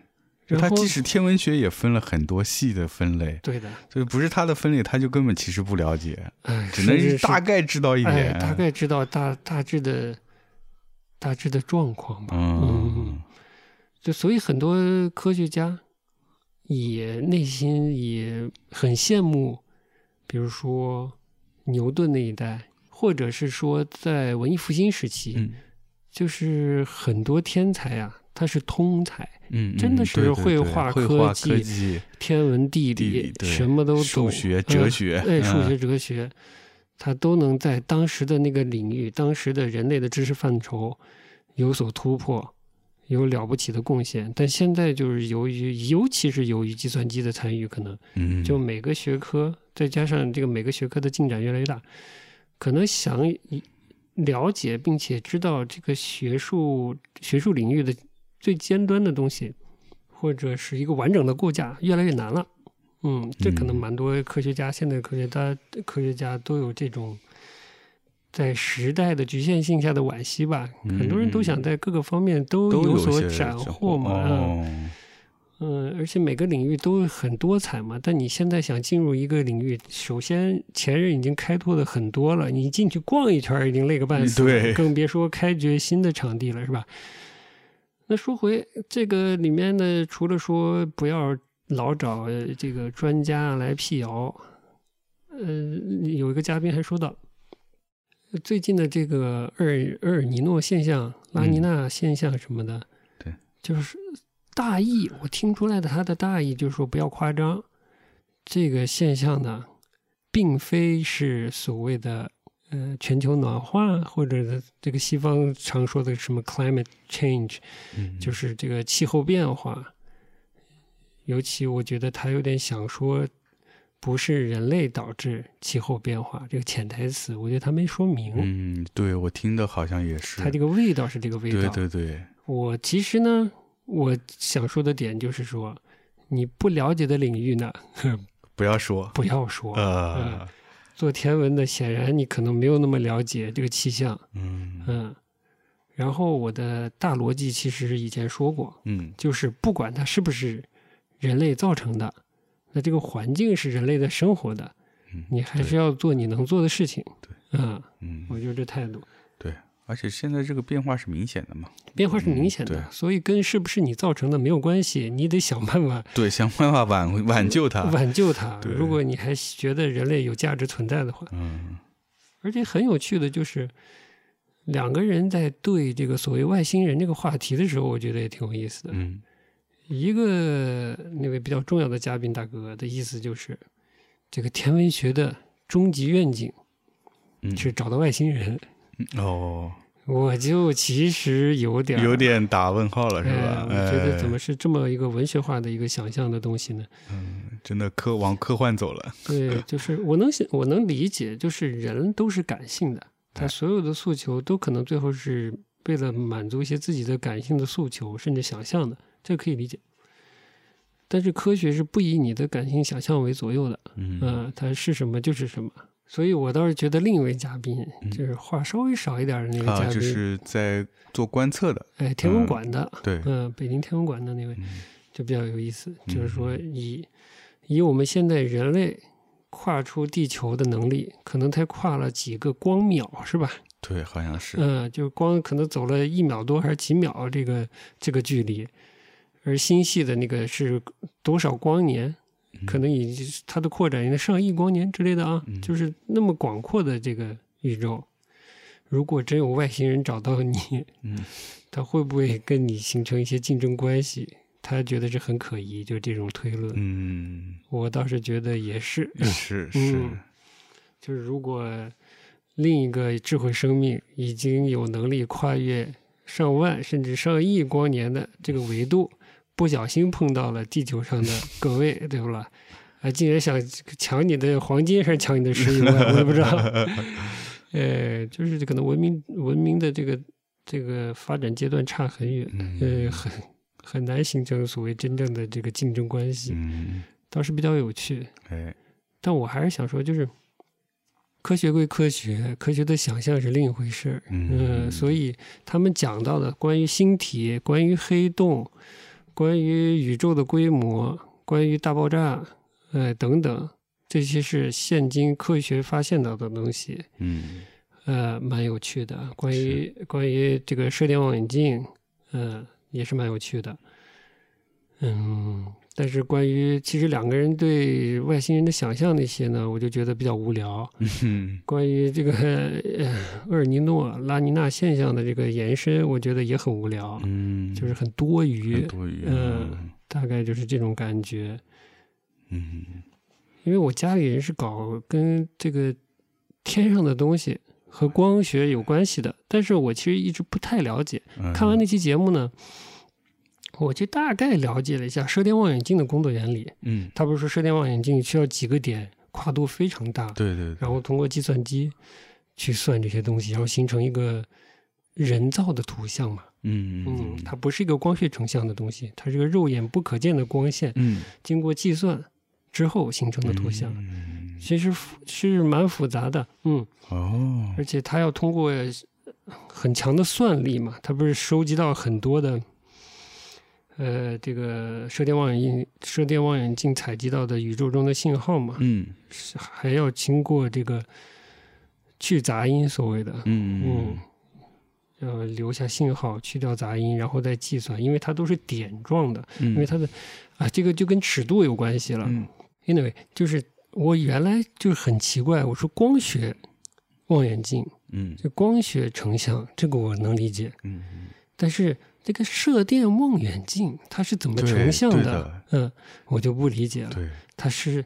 [SPEAKER 2] 然
[SPEAKER 1] 它
[SPEAKER 2] 后
[SPEAKER 1] 即使天文学也分了很多细的分类，
[SPEAKER 2] 对的，
[SPEAKER 1] 所以不是它的分类，他就根本其实不了解，
[SPEAKER 2] 哎，
[SPEAKER 1] 嗯只
[SPEAKER 2] 甚
[SPEAKER 1] 能
[SPEAKER 2] 至
[SPEAKER 1] 是
[SPEAKER 2] 是
[SPEAKER 1] 大概知道一
[SPEAKER 2] 哎，
[SPEAKER 1] 点，
[SPEAKER 2] 大概知道大大致的大致的状况吧。
[SPEAKER 1] 嗯
[SPEAKER 2] 嗯，就所以很多科学家也内心也很羡慕，比如说牛顿那一代，或者是说在文艺复兴时期，
[SPEAKER 1] 嗯
[SPEAKER 2] 就是很多天才啊，他是通才，
[SPEAKER 1] 嗯，
[SPEAKER 2] 真的
[SPEAKER 1] 嗯
[SPEAKER 2] 是
[SPEAKER 1] 对对
[SPEAKER 2] 绘
[SPEAKER 1] 对
[SPEAKER 2] 画
[SPEAKER 1] 绘
[SPEAKER 2] 科
[SPEAKER 1] 画
[SPEAKER 2] 技
[SPEAKER 1] 科技、
[SPEAKER 2] 天文、地
[SPEAKER 1] 地
[SPEAKER 2] 理
[SPEAKER 1] 理对
[SPEAKER 2] 什么都懂，
[SPEAKER 1] 数学、
[SPEAKER 2] 嗯
[SPEAKER 1] 哲学，
[SPEAKER 2] 对，数
[SPEAKER 1] 嗯
[SPEAKER 2] 学、哲学，他都能在当时的那个领域、当时的人类的知识范畴有所突破，有了不起的贡献。但现在就是由于，尤其是由于计算机的参与，可能
[SPEAKER 1] 嗯，
[SPEAKER 2] 就每个学科，再加上这个每个学科的进展越来越大，可能想以了解并且知道这个学术学术领域的最尖端的东西，或者是一个完整的构架，越来越难了。嗯，这可能
[SPEAKER 1] 嗯
[SPEAKER 2] 蛮多科学家，现在科学家科学家都有这种在时代的局限性下的惋惜吧。很多人都想在各个方面都
[SPEAKER 1] 嗯都
[SPEAKER 2] 有
[SPEAKER 1] 有
[SPEAKER 2] 所
[SPEAKER 1] 些
[SPEAKER 2] 斩获
[SPEAKER 1] 获
[SPEAKER 2] 嘛。嗯
[SPEAKER 1] 哦，
[SPEAKER 2] 嗯，而且每个领域都很多彩嘛。但你现在想进入一个领域，首先前人已经开拓的很多了，你进去逛一圈儿已经累个半死了，
[SPEAKER 1] 对
[SPEAKER 2] 更别说开掘新的场地了，是吧？那说回这个里面的，除了说不要老找呃这个专家来辟谣，呃，有一个嘉宾还说到，最近的这个厄尔厄尔尼诺现象、拉尼娜现象什么的，
[SPEAKER 1] 对，
[SPEAKER 2] 就是大意。我听出来的他的大意就是说不要夸张，这个现象呢，并非是所谓的呃全球暖化或者这个西方常说的什么 climate change，
[SPEAKER 1] 嗯
[SPEAKER 2] 就是这个气候变化，尤其我觉得他有点想说，不是人类导致气候变化这个潜台词，我觉得他没说明。
[SPEAKER 1] 嗯，对我听的好像也是，
[SPEAKER 2] 他这个味道是这个味道。
[SPEAKER 1] 对对对，
[SPEAKER 2] 我其实呢，我想说的点就是说，你不了解的领域呢，
[SPEAKER 1] 不要说，
[SPEAKER 2] 不要说。
[SPEAKER 1] 呃，
[SPEAKER 2] 做天文的显然你可能没有那么了解这个气象，
[SPEAKER 1] 嗯
[SPEAKER 2] 嗯。然后我的大逻辑其实以前说过，
[SPEAKER 1] 嗯
[SPEAKER 2] 就是不管它是不是人类造成的，那这个环境是人类的生活的，
[SPEAKER 1] 嗯，
[SPEAKER 2] 你还是要做你能做的事情。对，啊、
[SPEAKER 1] 嗯，
[SPEAKER 2] 我就是这态度。
[SPEAKER 1] 而且现在这个变化是明显的嘛，
[SPEAKER 2] 变化是明显
[SPEAKER 1] 嗯
[SPEAKER 2] 的，
[SPEAKER 1] 对
[SPEAKER 2] 所以跟是不是你造成的没有关系，你得想办法
[SPEAKER 1] 对，想办法挽挽救它，
[SPEAKER 2] 嗯挽救它。
[SPEAKER 1] 啊对
[SPEAKER 2] 如果你还觉得人类有价值存在的话，
[SPEAKER 1] 嗯
[SPEAKER 2] 而且很有趣的就是，两个人在对这个所谓外星人这个话题的时候，我觉得也挺有意思的。
[SPEAKER 1] 嗯
[SPEAKER 2] 一个那位比较重要的嘉宾大哥的意思就是，这个天文学的终极愿景
[SPEAKER 1] 嗯，
[SPEAKER 2] 是找到外星人。嗯
[SPEAKER 1] 哦，
[SPEAKER 2] 我就其实有点儿
[SPEAKER 1] 有点打问号了是
[SPEAKER 2] 哎
[SPEAKER 1] 吧？
[SPEAKER 2] 我觉得
[SPEAKER 1] 哎
[SPEAKER 2] 怎么是这么一个文学化的一个想象的东西呢？
[SPEAKER 1] 真的科往科幻走了？
[SPEAKER 2] 对，就是我能想，我能理解，就是人都是感性的，他
[SPEAKER 1] 哎
[SPEAKER 2] 所有的诉求都可能最后是为了满足一些自己的感性的诉求，甚至想象的，这可以理解。但是科学是不以你的感性想象为左右的，
[SPEAKER 1] 嗯
[SPEAKER 2] 嗯，它是什么就是什么。所以我倒是觉得另一位嘉宾，
[SPEAKER 1] 嗯
[SPEAKER 2] 就是话稍微少一点的那位
[SPEAKER 1] 啊，
[SPEAKER 2] 嘉
[SPEAKER 1] 就
[SPEAKER 2] 宾，
[SPEAKER 1] 是在做观测的，
[SPEAKER 2] 哎，天文
[SPEAKER 1] 嗯
[SPEAKER 2] 馆的，
[SPEAKER 1] 对，
[SPEAKER 2] 嗯，北京天文馆的那位，
[SPEAKER 1] 嗯
[SPEAKER 2] 就比较有意思，就是说
[SPEAKER 1] 嗯
[SPEAKER 2] 以以我们现在人类跨出地球的能力，可能才跨了几个光秒，是吧？
[SPEAKER 1] 对，好像是，
[SPEAKER 2] 嗯、就是光可能走了一秒多还是几秒这个这个距离，而星系的那个是多少光年？可能已经它的扩展应该上亿光年之类的啊，
[SPEAKER 1] 嗯
[SPEAKER 2] 就是那么广阔的这个宇宙，如果真有外星人找到你，
[SPEAKER 1] 嗯
[SPEAKER 2] 他会不会跟你形成一些竞争关系？他觉得是很可疑，就是这种推论。
[SPEAKER 1] 嗯，
[SPEAKER 2] 我倒是觉得也是，
[SPEAKER 1] 是
[SPEAKER 2] 嗯
[SPEAKER 1] 是，
[SPEAKER 2] 就是如果另一个智慧生命已经有能力跨越上万甚至上亿光年的这个维度，不小心碰到了地球上的各位，对不啦？啊，竟然想抢你的黄金，还是抢你的石油啊？我也不知道。呃，就是可能文明文明的这个这个发展阶段差很远，呃，
[SPEAKER 1] 嗯
[SPEAKER 2] 很很难形成所谓真正的这个竞争关系，
[SPEAKER 1] 嗯，
[SPEAKER 2] 倒是比较有趣。
[SPEAKER 1] 哎，
[SPEAKER 2] 但我还是想说，就是科学归科学，科学的想象是另一回事儿。
[SPEAKER 1] 嗯
[SPEAKER 2] 呃所以他们讲到的关于星体、关于黑洞、关于宇宙的规模、关于大爆炸，呃等等，这些是现今科学发现到的东西，
[SPEAKER 1] 嗯
[SPEAKER 2] 呃，蛮有趣的。关于关于这个射电望远镜，呃，也是蛮有趣的。嗯，但是关于其实两个人对外星人的想象那些呢，我就觉得比较无聊。
[SPEAKER 1] 嗯
[SPEAKER 2] 关于这个呃厄尔尼诺、拉尼娜现象的这个延伸，我觉得也很无聊，
[SPEAKER 1] 嗯，
[SPEAKER 2] 就是很多余
[SPEAKER 1] 很，多余，
[SPEAKER 2] 嗯大概就是这种感觉。
[SPEAKER 1] 嗯
[SPEAKER 2] 因为我家里人是搞跟这个天上的东西和光学有关系的，但是我其实一直不太了解。
[SPEAKER 1] 嗯，
[SPEAKER 2] 看完那期节目呢，我就大概了解了一下射电望远镜的工作原理。
[SPEAKER 1] 嗯，
[SPEAKER 2] 他不是说射电望远镜需要几个点，跨度非常大，
[SPEAKER 1] 对对，
[SPEAKER 2] 然后通过计算机去算这些东西，然后形成一个人造的图像嘛。
[SPEAKER 1] 嗯
[SPEAKER 2] 嗯，它不是一个光学成像的东西，它是个肉眼不可见的光线
[SPEAKER 1] 嗯
[SPEAKER 2] 经过计算之后形成的图像。
[SPEAKER 1] 嗯
[SPEAKER 2] 其实复是蛮复杂的，嗯，
[SPEAKER 1] 哦，
[SPEAKER 2] 而且它要通过很强的算力嘛，它不是收集到很多的，呃，这个射电望远镜射电望远镜采集到的宇宙中的信号嘛，
[SPEAKER 1] 嗯
[SPEAKER 2] 是还要经过这个去杂音所谓的，
[SPEAKER 1] 嗯
[SPEAKER 2] 嗯，要留下信号，去掉杂音，然后再计算，因为它都是点状的，
[SPEAKER 1] 嗯，
[SPEAKER 2] 因为它的啊，这个就跟尺度有关系了。
[SPEAKER 1] 嗯
[SPEAKER 2] Anyway，就是我原来就是很奇怪，我说光学望远镜，
[SPEAKER 1] 嗯
[SPEAKER 2] 这光学成像，这个我能理解，
[SPEAKER 1] 嗯，
[SPEAKER 2] 但是这个射电望远镜它是怎么成像
[SPEAKER 1] 对
[SPEAKER 2] 的？
[SPEAKER 1] 的，
[SPEAKER 2] 嗯，我就不理解了。
[SPEAKER 1] 对，
[SPEAKER 2] 它是，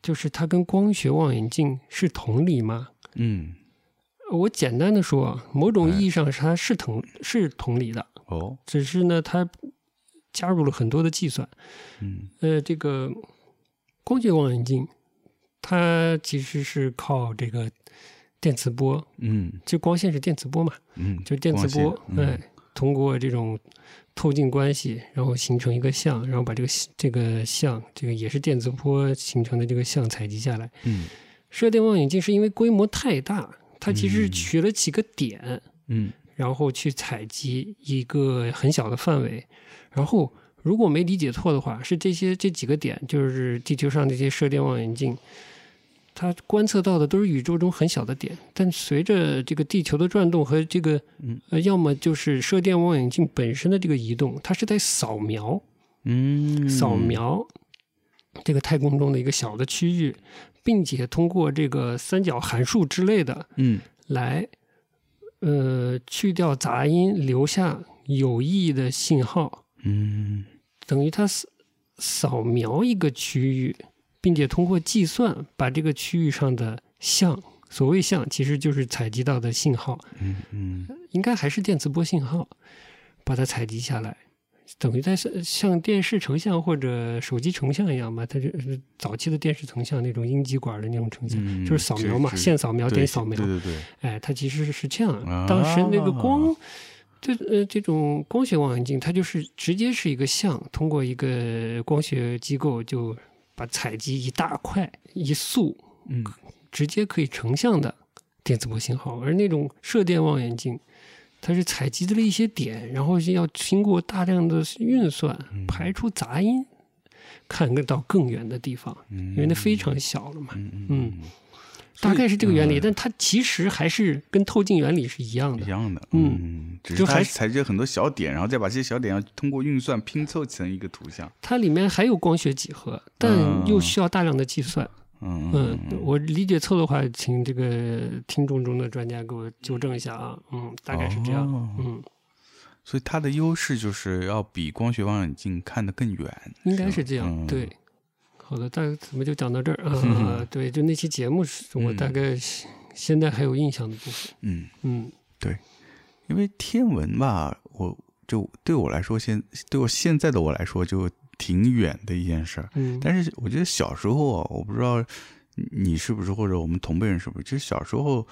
[SPEAKER 2] 就是它跟光学望远镜是同理吗？
[SPEAKER 1] 嗯
[SPEAKER 2] 我简单的说啊，某种
[SPEAKER 1] 哎
[SPEAKER 2] 意义上是它是同是同理的，
[SPEAKER 1] 哦，
[SPEAKER 2] 只是呢，它加入了很多的计算。
[SPEAKER 1] 嗯
[SPEAKER 2] 呃，这个光学望远镜，它其实是靠这个电磁波，
[SPEAKER 1] 嗯
[SPEAKER 2] 就光线是电磁波嘛，
[SPEAKER 1] 嗯，
[SPEAKER 2] 就是电磁波，哎，通过这种透镜关系，然后形成一个像，然后把这个这个像，这个也是电磁波形成的这个像采集下来。
[SPEAKER 1] 嗯
[SPEAKER 2] 射电望远镜是因为规模太大，它其实是
[SPEAKER 1] 嗯
[SPEAKER 2] 取了几个点，
[SPEAKER 1] 嗯
[SPEAKER 2] 然后去采集一个很小的范围，然后如果没理解错的话，是这些这几个点，就是地球上这些射电望远镜，它观测到的都是宇宙中很小的点，但随着这个地球的转动和这个
[SPEAKER 1] 嗯，
[SPEAKER 2] 呃，要么就是射电望远镜本身的这个移动，它是在扫描
[SPEAKER 1] 嗯，
[SPEAKER 2] 扫描这个太空中的一个小的区域，并且通过这个三角函数之类的，
[SPEAKER 1] 嗯
[SPEAKER 2] 来，呃，去掉杂音，留下有意义的信号，
[SPEAKER 1] 嗯
[SPEAKER 2] 等于它扫扫描一个区域，并且通过计算把这个区域上的像，所谓像其实就是采集到的信号，
[SPEAKER 1] 嗯嗯
[SPEAKER 2] 应该还是电磁波信号，把它采集下来。等于在是像电视成像或者手机成像一样吧，它是呃早期的电视成像那种阴极管的那种成像，
[SPEAKER 1] 嗯
[SPEAKER 2] 就是扫描嘛，
[SPEAKER 1] 是是
[SPEAKER 2] 线扫描、
[SPEAKER 1] 对
[SPEAKER 2] 点扫描，
[SPEAKER 1] 对对对，
[SPEAKER 2] 哎，它其实是这样。当时那
[SPEAKER 1] 啊
[SPEAKER 2] 个光，这呃这种光学望远镜，它就是直接是一个像，通过一个光学机构就把采集一大块一束
[SPEAKER 1] 嗯
[SPEAKER 2] 直接可以成像的电磁波信号，而那种射电望远镜，它是采集了一些点，然后是要经过大量的运算
[SPEAKER 1] 嗯
[SPEAKER 2] 排除杂音，看得到更远的地方，
[SPEAKER 1] 嗯，
[SPEAKER 2] 因为那非常小了嘛。
[SPEAKER 1] 嗯嗯
[SPEAKER 2] 嗯大概是这个原理，
[SPEAKER 1] 嗯
[SPEAKER 2] 但它其实还是跟透镜原理是一样的
[SPEAKER 1] 一。样的，
[SPEAKER 2] 嗯
[SPEAKER 1] 嗯，只是
[SPEAKER 2] 就
[SPEAKER 1] 它
[SPEAKER 2] 还是
[SPEAKER 1] 采集了很多小点，然后再把这些小点要通过运算拼凑成一个图像。
[SPEAKER 2] 它里面还有光学几何，但又需要大量的计算。
[SPEAKER 1] 嗯
[SPEAKER 2] 嗯，我理解错的话，请这个听众中的专家给我纠正一下啊。嗯，大概是这样。
[SPEAKER 1] 哦
[SPEAKER 2] 嗯，
[SPEAKER 1] 所以它的优势就是要比光学望远镜看得更远。
[SPEAKER 2] 应该是这样。
[SPEAKER 1] 嗯
[SPEAKER 2] 对，好的，大概怎么就讲到这 儿啊？对，就那期节目是我大概是现在还有印象的部分。
[SPEAKER 1] 嗯，
[SPEAKER 2] 嗯
[SPEAKER 1] 因为天文吧，我就对我来说现对我现在的我来说就挺远的一件事儿。
[SPEAKER 2] 嗯，
[SPEAKER 1] 但是我觉得小时候啊，我不知道你是不是，或者我们同辈人是不是，其实小时候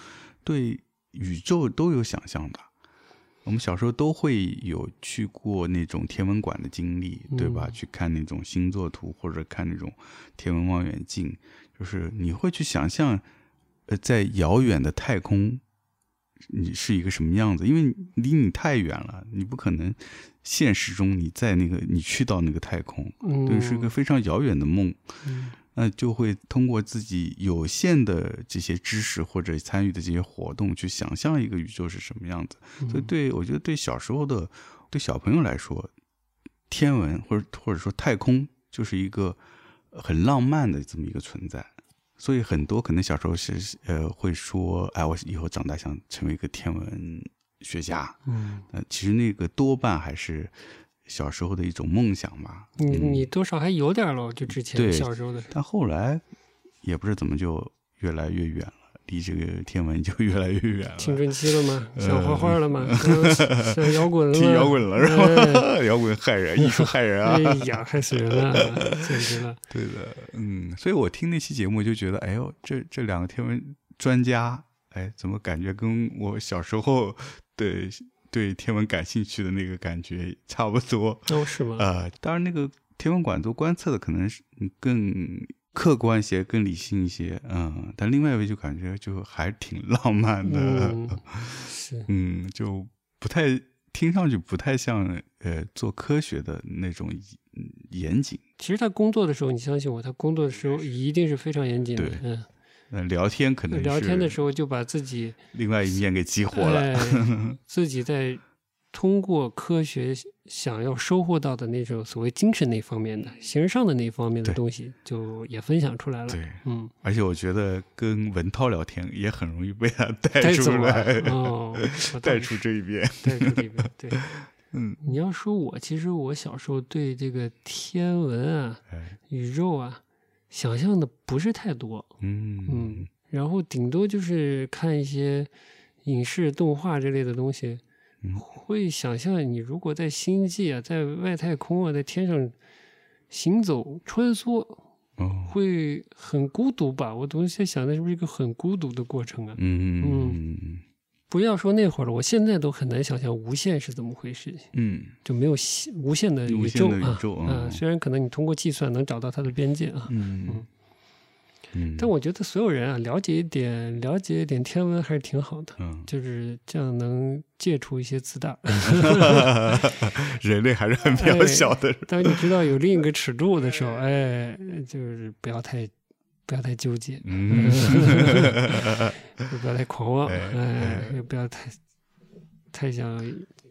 [SPEAKER 1] 对宇宙都有想象的。我们小时候都会有去过那种天文馆的经历，对吧？
[SPEAKER 2] 嗯
[SPEAKER 1] 去看那种星座图，或者看那种天文望远镜，就是你会去想象，呃，在遥远的太空，你是一个什么样子？因为离你太远了，你不可能现实中你在那个你去到那个太空，
[SPEAKER 2] 嗯，
[SPEAKER 1] 对，是一个非常遥远的梦。
[SPEAKER 2] 嗯
[SPEAKER 1] 那就会通过自己有限的这些知识或者参与的这些活动，去想象一个宇宙是什么样子。
[SPEAKER 2] 嗯
[SPEAKER 1] 所以对，我觉得对小时候的对小朋友来说，天文或者或者说太空就是一个很浪漫的这么一个存在。所以很多可能小时候是呃会说，哎，我以后长大想成为一个天文学家。
[SPEAKER 2] 嗯，
[SPEAKER 1] 呃，其实那个多半还是小时候的一种梦想吧。
[SPEAKER 2] 你
[SPEAKER 1] 嗯
[SPEAKER 2] 你多少还有点了，就之前
[SPEAKER 1] 对
[SPEAKER 2] 小时候的。
[SPEAKER 1] 但后来也不知怎么就越来越远了，离这个天文就越来越远了，
[SPEAKER 2] 青春期了吗？
[SPEAKER 1] 呃
[SPEAKER 2] 想画画了吗？ 想想摇滚了 吗？
[SPEAKER 1] 听摇滚了是吧？ 摇滚害人，艺术害人啊
[SPEAKER 2] 哎！呀，害死人了，简 直了！
[SPEAKER 1] 对的，嗯，所以我听那期节目就觉得，哎呦，这这两个天文专家，哎，怎么感觉跟我小时候对对天文感兴趣的那个感觉差不多？
[SPEAKER 2] 哦，是吗？
[SPEAKER 1] 呃，当然那个天文馆做观测的可能是更客观一些，更理性一些，嗯，但另外一位就感觉就还挺浪漫的，
[SPEAKER 2] 嗯，是，
[SPEAKER 1] 嗯就不太听上去不太像呃做科学的那种嗯严谨。
[SPEAKER 2] 其实他工作的时候，你相信我，他工作的时候一定是非常严谨的
[SPEAKER 1] 对。
[SPEAKER 2] 嗯，
[SPEAKER 1] 呃，聊天可能
[SPEAKER 2] 聊天的
[SPEAKER 1] 是
[SPEAKER 2] 时候就把自己
[SPEAKER 1] 另外一面给激活 了，
[SPEAKER 2] 哎自己在通过科学想要收获到的那种所谓精神那方面的、形而上的那方面的
[SPEAKER 1] 对
[SPEAKER 2] 东西，就也分享出来了。
[SPEAKER 1] 对。
[SPEAKER 2] 嗯，
[SPEAKER 1] 而且我觉得跟文涛聊天也很容易被 他带
[SPEAKER 2] 带
[SPEAKER 1] 出
[SPEAKER 2] 走
[SPEAKER 1] 来，
[SPEAKER 2] 了哦，我
[SPEAKER 1] 带
[SPEAKER 2] 懂
[SPEAKER 1] 出这一边。
[SPEAKER 2] 带入里面。对，
[SPEAKER 1] 嗯，
[SPEAKER 2] 你要说我，其实我小时候对这个天文啊、
[SPEAKER 1] 哎
[SPEAKER 2] 宇宙啊，想象的不是太多，
[SPEAKER 1] 嗯
[SPEAKER 2] 嗯，然后顶多就是看一些影视、动画之类的东西，
[SPEAKER 1] 嗯
[SPEAKER 2] 会想象你如果在星际啊、在外太空啊、在天上行走穿梭，
[SPEAKER 1] 哦，
[SPEAKER 2] 会很孤独吧？我总是在想，那是不是一个很孤独的过程啊？
[SPEAKER 1] 嗯
[SPEAKER 2] 不要说那会儿了，我现在都很难想象无限是怎么回事。
[SPEAKER 1] 嗯
[SPEAKER 2] 就没有限无限的
[SPEAKER 1] 无
[SPEAKER 2] 宇
[SPEAKER 1] 限
[SPEAKER 2] 宙
[SPEAKER 1] 的
[SPEAKER 2] 啊，
[SPEAKER 1] 宇宙
[SPEAKER 2] 啊、
[SPEAKER 1] 嗯
[SPEAKER 2] 虽然可能你通过计算能找到它的边界啊，
[SPEAKER 1] 嗯嗯，
[SPEAKER 2] 但我觉得所有人啊，了解一点，了解一点天文还是挺好的，
[SPEAKER 1] 嗯，
[SPEAKER 2] 就是这样能戒除一些自大。
[SPEAKER 1] 人类还是很
[SPEAKER 2] 哎
[SPEAKER 1] 渺小的，
[SPEAKER 2] 当你知道有另一个尺度的 时候，哎，就是不要太不要太纠结，
[SPEAKER 1] 嗯，
[SPEAKER 2] 也不要太狂妄，
[SPEAKER 1] 哎
[SPEAKER 2] 哎，也不要太太想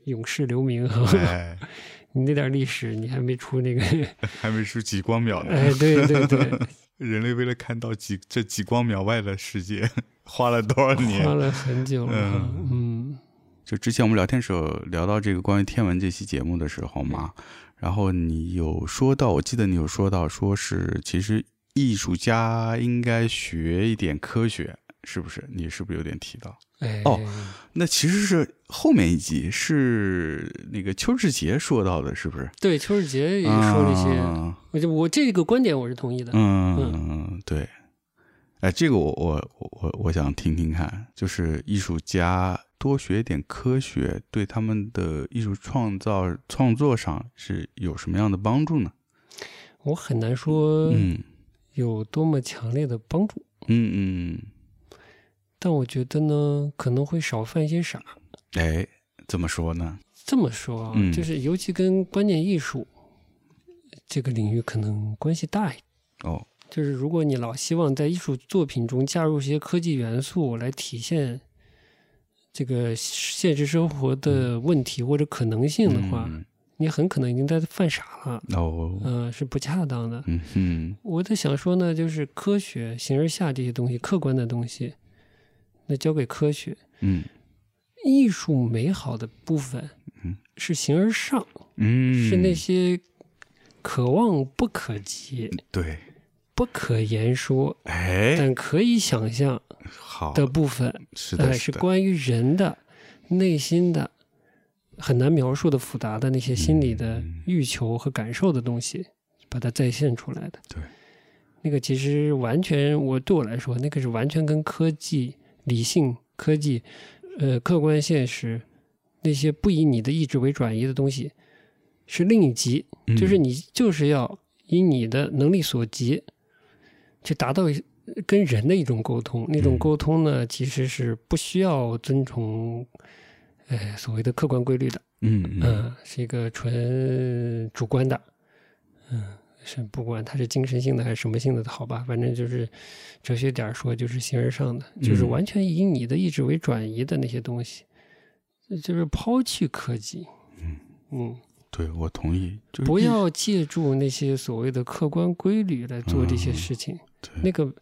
[SPEAKER 2] 永世留名啊。
[SPEAKER 1] 哎，
[SPEAKER 2] 你那点历史，你还没出那个，
[SPEAKER 1] 还没出几光秒呢。
[SPEAKER 2] 哎，对对对，
[SPEAKER 1] 人类为了看到几这几光秒外的世界， 花了多少
[SPEAKER 2] 花
[SPEAKER 1] 年？
[SPEAKER 2] 了很久了啊，嗯
[SPEAKER 1] 就之前我们聊天时候聊到这个关于天文这期节目的时候嘛，然后你有说到，我记得你有说到，说是其实艺术家应该学一点科学，是不是？你是不是有点提到？
[SPEAKER 2] 哎，
[SPEAKER 1] 哦，那其实是后面一集是那个邱志杰说到的，是不是？
[SPEAKER 2] 对，邱世杰也说了一些，
[SPEAKER 1] 啊
[SPEAKER 2] 我就我这个观点我是同意的。
[SPEAKER 1] 嗯，对。哎，这个我我我我我想听听看，就是艺术家多学一点科学，对他们的艺术创造创作上是有什么样的帮助呢？
[SPEAKER 2] 我很难说
[SPEAKER 1] 嗯
[SPEAKER 2] 有多么强烈的帮助，
[SPEAKER 1] 嗯嗯，
[SPEAKER 2] 但我觉得呢，可能会少犯一些傻。
[SPEAKER 1] 哎，怎么说呢？
[SPEAKER 2] 这么说啊，
[SPEAKER 1] 嗯
[SPEAKER 2] 就是尤其跟观念艺术这个领域可能关系大一点。
[SPEAKER 1] 哦，
[SPEAKER 2] 就是如果你老希望在艺术作品中加入一些科技元素来体现这个现实生活的问题或者可能性的话，
[SPEAKER 1] 嗯
[SPEAKER 2] 你很可能已经在犯傻了，
[SPEAKER 1] 哦，
[SPEAKER 2] 嗯、是不恰当的。
[SPEAKER 1] 嗯哼，
[SPEAKER 2] 我在想说呢，就是科学、形而下这些东西，客观的东西，那交给科学。
[SPEAKER 1] 嗯
[SPEAKER 2] 艺术美好的部分
[SPEAKER 1] 嗯，
[SPEAKER 2] 是形而上，
[SPEAKER 1] 嗯，
[SPEAKER 2] 是那些可望不可及、
[SPEAKER 1] 对，
[SPEAKER 2] 不可言说，
[SPEAKER 1] 哎，
[SPEAKER 2] 但可以想象
[SPEAKER 1] 好
[SPEAKER 2] 的部分，
[SPEAKER 1] 是
[SPEAKER 2] 哎、
[SPEAKER 1] 的，
[SPEAKER 2] 是
[SPEAKER 1] 的，
[SPEAKER 2] 关于人的内心的很难描述的复杂的那些心理的
[SPEAKER 1] 嗯
[SPEAKER 2] 欲求和感受的东西，把它再现出来的。
[SPEAKER 1] 对，
[SPEAKER 2] 那个其实完全，我对我来说，那个是完全跟科技、理性、科技，呃，客观现实那些不以你的意志为转移的东西，是另一级。就是
[SPEAKER 1] 嗯
[SPEAKER 2] 你就是要以你的能力所及，去达到一跟人的一种沟通。那种
[SPEAKER 1] 嗯
[SPEAKER 2] 沟通呢，其实是不需要遵从，呃，所谓的客观规律的，
[SPEAKER 1] 嗯
[SPEAKER 2] 嗯、
[SPEAKER 1] 嗯
[SPEAKER 2] 是一个纯主观的，嗯、是不管它是精神性的还是什么性的，好吧，反正就是哲学点儿说，就是形而上的，就是
[SPEAKER 1] 嗯
[SPEAKER 2] 完全以你的意志为转移的那些东西，呃就是抛弃科技，
[SPEAKER 1] 嗯
[SPEAKER 2] 嗯。
[SPEAKER 1] 对我同意，就是
[SPEAKER 2] 不
[SPEAKER 1] 艺
[SPEAKER 2] 要借助那些所谓的客观规律来做这些事情。那
[SPEAKER 1] 嗯对
[SPEAKER 2] 个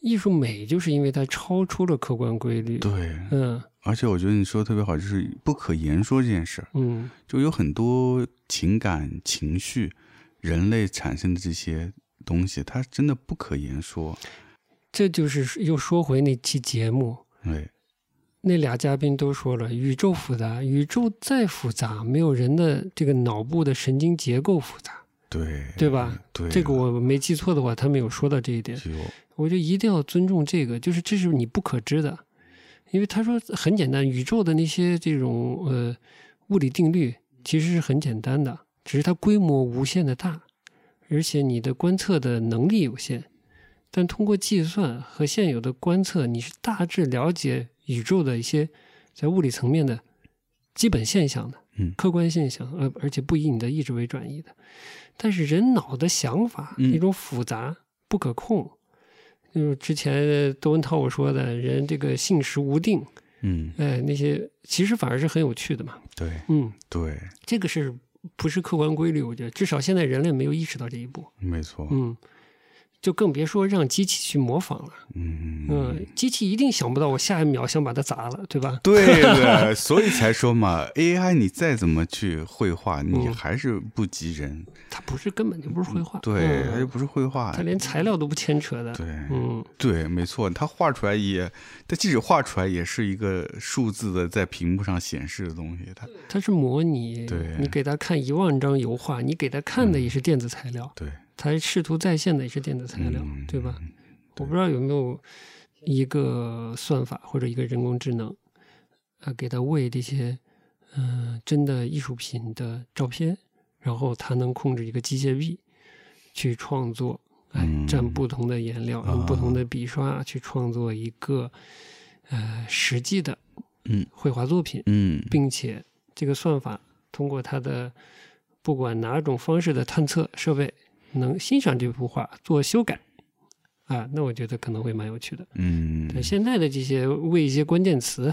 [SPEAKER 2] 艺术美就是因为它超出了客观规律。
[SPEAKER 1] 对，
[SPEAKER 2] 嗯
[SPEAKER 1] 而且我觉得你说的特别好，就是不可言说这件事儿，
[SPEAKER 2] 嗯
[SPEAKER 1] 就有很多情感情绪，人类产生的这些东西，它真的不可言说，
[SPEAKER 2] 这就是又说回那期节目，
[SPEAKER 1] 对，
[SPEAKER 2] 那俩嘉宾都说了，宇宙复杂，宇宙再复杂，没有人的这个脑部的神经结构复杂，
[SPEAKER 1] 对哎
[SPEAKER 2] 对吧？
[SPEAKER 1] 对了，
[SPEAKER 2] 这个我没记错的话，他们有说到这一点。
[SPEAKER 1] 就
[SPEAKER 2] 我就一定要尊重这个，就是这是你不可知的，因为他说很简单，宇宙的那些这种呃物理定律其实是很简单的，只是它规模无限的大，而且你的观测的能力有限，但通过计算和现有的观测，你是大致了解宇宙的一些在物理层面的基本现象的，
[SPEAKER 1] 嗯
[SPEAKER 2] 客观现象，呃，而且不以你的意志为转移的。但是人脑的想法
[SPEAKER 1] 嗯
[SPEAKER 2] 那种复杂不可控，就是之前窦文涛我说的，人这个性时无定，
[SPEAKER 1] 嗯，
[SPEAKER 2] 哎，那些其实反而是很有趣的嘛。
[SPEAKER 1] 对
[SPEAKER 2] 嗯，
[SPEAKER 1] 对，
[SPEAKER 2] 这个是不是客观规律？我觉得至少现在人类没有意识到这一步。
[SPEAKER 1] 没错，
[SPEAKER 2] 嗯，就更别说让机器去模仿了。
[SPEAKER 1] 嗯
[SPEAKER 2] 嗯，机器一定想不到我下一秒想把它砸了，对吧？
[SPEAKER 1] 对的，所以才说嘛，AI 你再怎么去绘画，你
[SPEAKER 2] 嗯
[SPEAKER 1] 还是不及人。
[SPEAKER 2] 它不是根本就不是绘画，
[SPEAKER 1] 对，它
[SPEAKER 2] 嗯
[SPEAKER 1] 就不是绘画
[SPEAKER 2] 它。连材料都不牵扯的。
[SPEAKER 1] 对，
[SPEAKER 2] 嗯，
[SPEAKER 1] 对，没错，它画出来也，它即使画出来也是一个数字的在屏幕上显示的东西。它
[SPEAKER 2] 它是模拟，
[SPEAKER 1] 对嗯
[SPEAKER 2] 你给它看一万张油画，你给它看的也是电子材料，
[SPEAKER 1] 对，
[SPEAKER 2] 它试图再现的也是电子材料，
[SPEAKER 1] 嗯
[SPEAKER 2] 对吧？？我不知道有没有一个算法或者一个人工智能，呃，给它喂这些嗯、呃真的艺术品的照片，然后它能控制一个机械臂去创作，哎，
[SPEAKER 1] 嗯啊
[SPEAKER 2] 蘸不同的颜料，用不同的笔刷去创作一个呃实际的
[SPEAKER 1] 嗯
[SPEAKER 2] 绘画作品，
[SPEAKER 1] 嗯，
[SPEAKER 2] 并且这个算法通过它的不管哪种方式的探测设备，能欣赏这幅画做修改，啊，那我觉得可能会蛮有趣的。
[SPEAKER 1] 嗯，
[SPEAKER 2] 但现在的这些为一些关键词，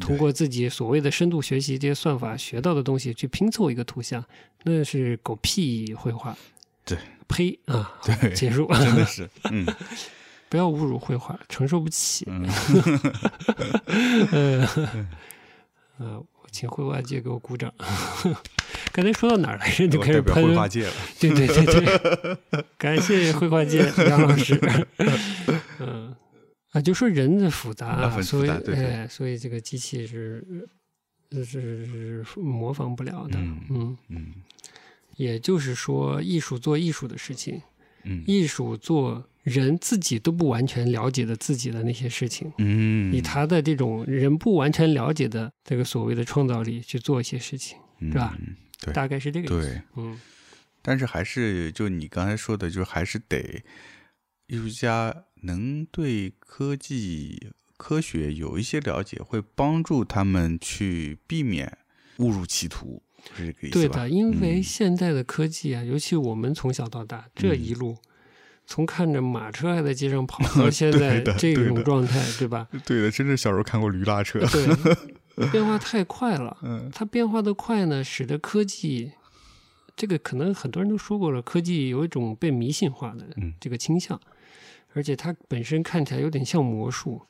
[SPEAKER 2] 通过自己所谓的深度学习这些算法学到的东西去拼凑一个图像，那是狗屁绘画。
[SPEAKER 1] 对，
[SPEAKER 2] 呸啊！
[SPEAKER 1] 对，
[SPEAKER 2] 结 束，
[SPEAKER 1] 真的是，嗯
[SPEAKER 2] 不要侮辱绘画，承受不起。
[SPEAKER 1] 嗯，
[SPEAKER 2] 呃，呃，我请绘画界给我鼓掌。 刚才说到哪儿来着？就
[SPEAKER 1] 我
[SPEAKER 2] 开
[SPEAKER 1] 代
[SPEAKER 2] 始
[SPEAKER 1] 表
[SPEAKER 2] 喷
[SPEAKER 1] 绘。画界了。
[SPEAKER 2] 对对对对， 感谢绘 画界杨老师。嗯，啊，就说人的复杂
[SPEAKER 1] 啊
[SPEAKER 2] 啊，
[SPEAKER 1] 很
[SPEAKER 2] 所
[SPEAKER 1] 复
[SPEAKER 2] 以
[SPEAKER 1] 杂对对
[SPEAKER 2] 哎，所以这个机器是是是是模仿不了的。
[SPEAKER 1] 嗯
[SPEAKER 2] 嗯，
[SPEAKER 1] 嗯
[SPEAKER 2] 也就是说，艺术做艺术的事情，
[SPEAKER 1] 嗯
[SPEAKER 2] 艺术做人自己都不完全了解的自己的那些事情。
[SPEAKER 1] 嗯，
[SPEAKER 2] 以他的这种人不完全了解的这个所谓的创造力去做一些事情，
[SPEAKER 1] 是
[SPEAKER 2] 是吧？
[SPEAKER 1] 嗯对
[SPEAKER 2] 大概是这个意思。
[SPEAKER 1] 对，
[SPEAKER 2] 嗯，
[SPEAKER 1] 但是还是就你刚才说的，就是还是得艺术家能对科技科学有一些了解，会帮助他们去避免误入歧途，是这个意
[SPEAKER 2] 对
[SPEAKER 1] 思吧？
[SPEAKER 2] 的，因为
[SPEAKER 1] 嗯
[SPEAKER 2] 现在的科技啊，尤其我们从小到大这一路，从看着马车还在街 上跑
[SPEAKER 1] 对
[SPEAKER 2] 到现在
[SPEAKER 1] 的
[SPEAKER 2] 这
[SPEAKER 1] 对的
[SPEAKER 2] 种状态，对 吧？
[SPEAKER 1] 对的，真是小时候看过驴拉车。
[SPEAKER 2] 对，变化太快了。
[SPEAKER 1] 嗯
[SPEAKER 2] 它变化的快呢，使得科技，这个可能很多人都说过了，科技有一种被迷信化的
[SPEAKER 1] 嗯
[SPEAKER 2] 这个倾向，而且它本身看起来有点像魔术。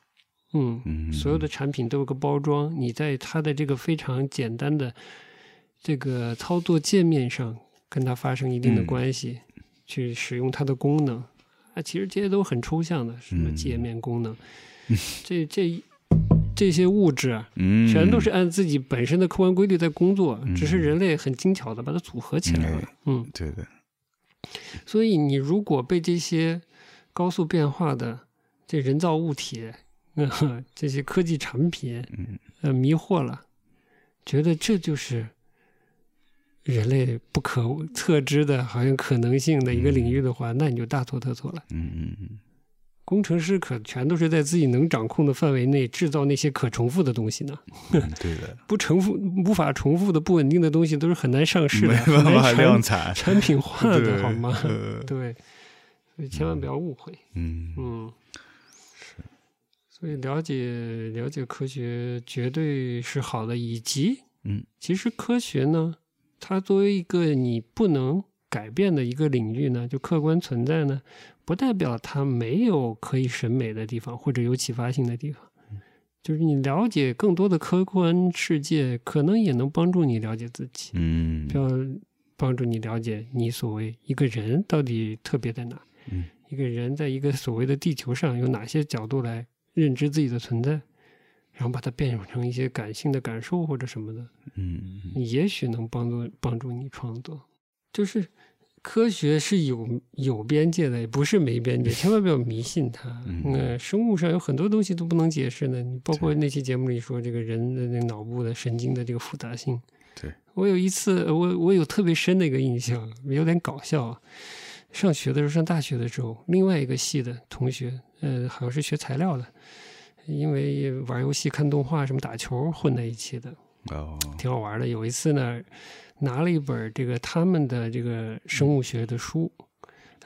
[SPEAKER 2] 嗯，
[SPEAKER 1] 嗯，
[SPEAKER 2] 所有的产品都有个包装，你在它的这个非常简单的这个操作界面上跟它发生一定的
[SPEAKER 1] 嗯
[SPEAKER 2] 关系，去使用它的功能。啊，其实这些都很抽象的，什么
[SPEAKER 1] 嗯
[SPEAKER 2] 界面功能， 这这这些物质啊，
[SPEAKER 1] 嗯
[SPEAKER 2] 全都是按自己本身的客观规律在工作，
[SPEAKER 1] 嗯哎
[SPEAKER 2] 只是人类很精巧的把它组合起来了。嗯，
[SPEAKER 1] 对的，
[SPEAKER 2] 所以你如果被这些高速变化的这人造物体、呃、这些科技产品
[SPEAKER 1] 嗯
[SPEAKER 2] 呃迷惑了，觉得这就是人类不可测知的好像可能性的一个领域的话，那你就大错特错了。
[SPEAKER 1] 嗯嗯 嗯，
[SPEAKER 2] 工程师可全都是在自己能掌控的范围内制造那些可重复的东西呢。
[SPEAKER 1] 嗯对的，
[SPEAKER 2] 不重复、无法重复的、不稳定的东西都是很难上市的，
[SPEAKER 1] 没
[SPEAKER 2] 很
[SPEAKER 1] 办
[SPEAKER 2] 难
[SPEAKER 1] 法
[SPEAKER 2] 产
[SPEAKER 1] 量产，
[SPEAKER 2] 产品化
[SPEAKER 1] 对
[SPEAKER 2] 的，好吗？
[SPEAKER 1] 呃
[SPEAKER 2] 对，所以千万不要误会。
[SPEAKER 1] 嗯
[SPEAKER 2] 嗯，是。所以了解了解科学绝对是好的，以及
[SPEAKER 1] 嗯，
[SPEAKER 2] 其实科学呢，它作为一个你不能改变的一个领域呢，就客观存在呢，不代表它没有可以审美的地方或者有启发性的地方。就是你了解更多的客观世界，可能也能帮助你了解自己，
[SPEAKER 1] 嗯
[SPEAKER 2] 要帮助你了解你所谓一个人到底特别在哪。
[SPEAKER 1] 嗯
[SPEAKER 2] 一个人在一个所谓的地球上，有哪些角度来认知自己的存在，然后把它变成一些感性的感受或者什么的，
[SPEAKER 1] 嗯嗯
[SPEAKER 2] 也许能帮助帮助你创作。就是科学是有有边界的，也不是 没边界，千万不要迷信它。
[SPEAKER 1] 嗯
[SPEAKER 2] 那生物上有很多东西都不能解释的，你包括那期节目里说这个人的那个脑部的神经的这个复杂性。
[SPEAKER 1] 对，
[SPEAKER 2] 我有一次，呃我我有特别深的一个印象，有点搞笑啊。上学的时候，上大学的时候，另外一个系的同学，呃，好像是学材料的，因为玩游戏、看动画、什么打球混在一起的，
[SPEAKER 1] 哦，
[SPEAKER 2] 挺好玩的。有一次呢，拿了一本这个他们的这个生物学的书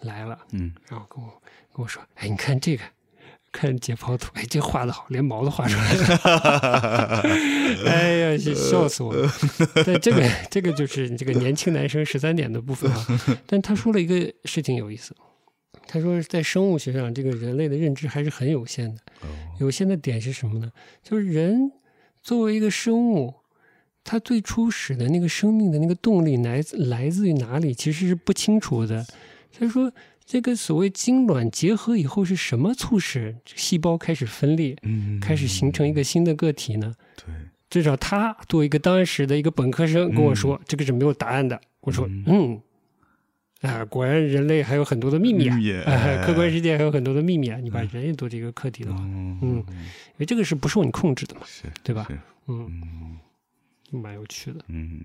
[SPEAKER 2] 来了，
[SPEAKER 1] 嗯
[SPEAKER 2] 然后跟我跟我说：“哎，你看这个，看解剖图，哎，这画的好，连毛都画出来了。”
[SPEAKER 1] 哦
[SPEAKER 2] 哎呀，笑笑死我了！但这个这个就是这个年轻男生十三点的部分啊。但他说了一个事情有意思，他说在生物学上，这个人类的认知还是很有限的。
[SPEAKER 1] 哦，
[SPEAKER 2] 有限的点是什么呢？就是人作为一个生物，它最初始的那个生命的那个动力来自来自于哪里，其实是不清楚的。他说，这个所谓精卵结合以后是什么促使细胞开始分裂，
[SPEAKER 1] 嗯，
[SPEAKER 2] 开始形成一个新的个体呢？
[SPEAKER 1] 对，
[SPEAKER 2] 至少他作为一个当时的一个本科生跟我说，这个是没有答案的。我说，嗯，啊，果然人类还有很多的秘密啊，
[SPEAKER 1] 秘密
[SPEAKER 2] 啊 客观
[SPEAKER 1] 哎
[SPEAKER 2] 世界还有很多的秘密啊。你把人也做这个课题的话，
[SPEAKER 1] 嗯
[SPEAKER 2] 因为这个是不受你控制的嘛，
[SPEAKER 1] 是，
[SPEAKER 2] 对吧？
[SPEAKER 1] 是
[SPEAKER 2] 嗯，
[SPEAKER 1] 嗯
[SPEAKER 2] 蛮有趣的。
[SPEAKER 1] 嗯，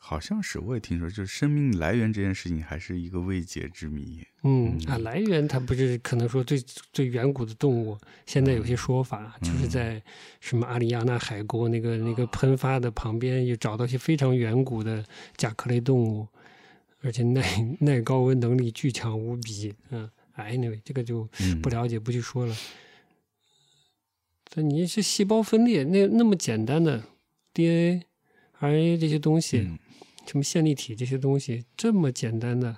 [SPEAKER 1] 好像是我也听说，就是生命来源这件事情还是一个未解之谜。
[SPEAKER 2] 嗯啊，来源它不是可能说最最远古的动物，现在有
[SPEAKER 1] 嗯
[SPEAKER 2] 些说法就是在什么阿里亚纳海沟那个
[SPEAKER 1] 啊
[SPEAKER 2] 那个喷发的旁边，又找到一些非常远古的甲壳类动物，而且耐耐高温能力巨强无比。嗯，anyway，这个就
[SPEAKER 1] 嗯
[SPEAKER 2] 不了解不去说了。但你是细胞分裂，那那么简单的 DNA、RNA 这些东西，
[SPEAKER 1] 嗯
[SPEAKER 2] 什么线粒体这些东西，这么简单的，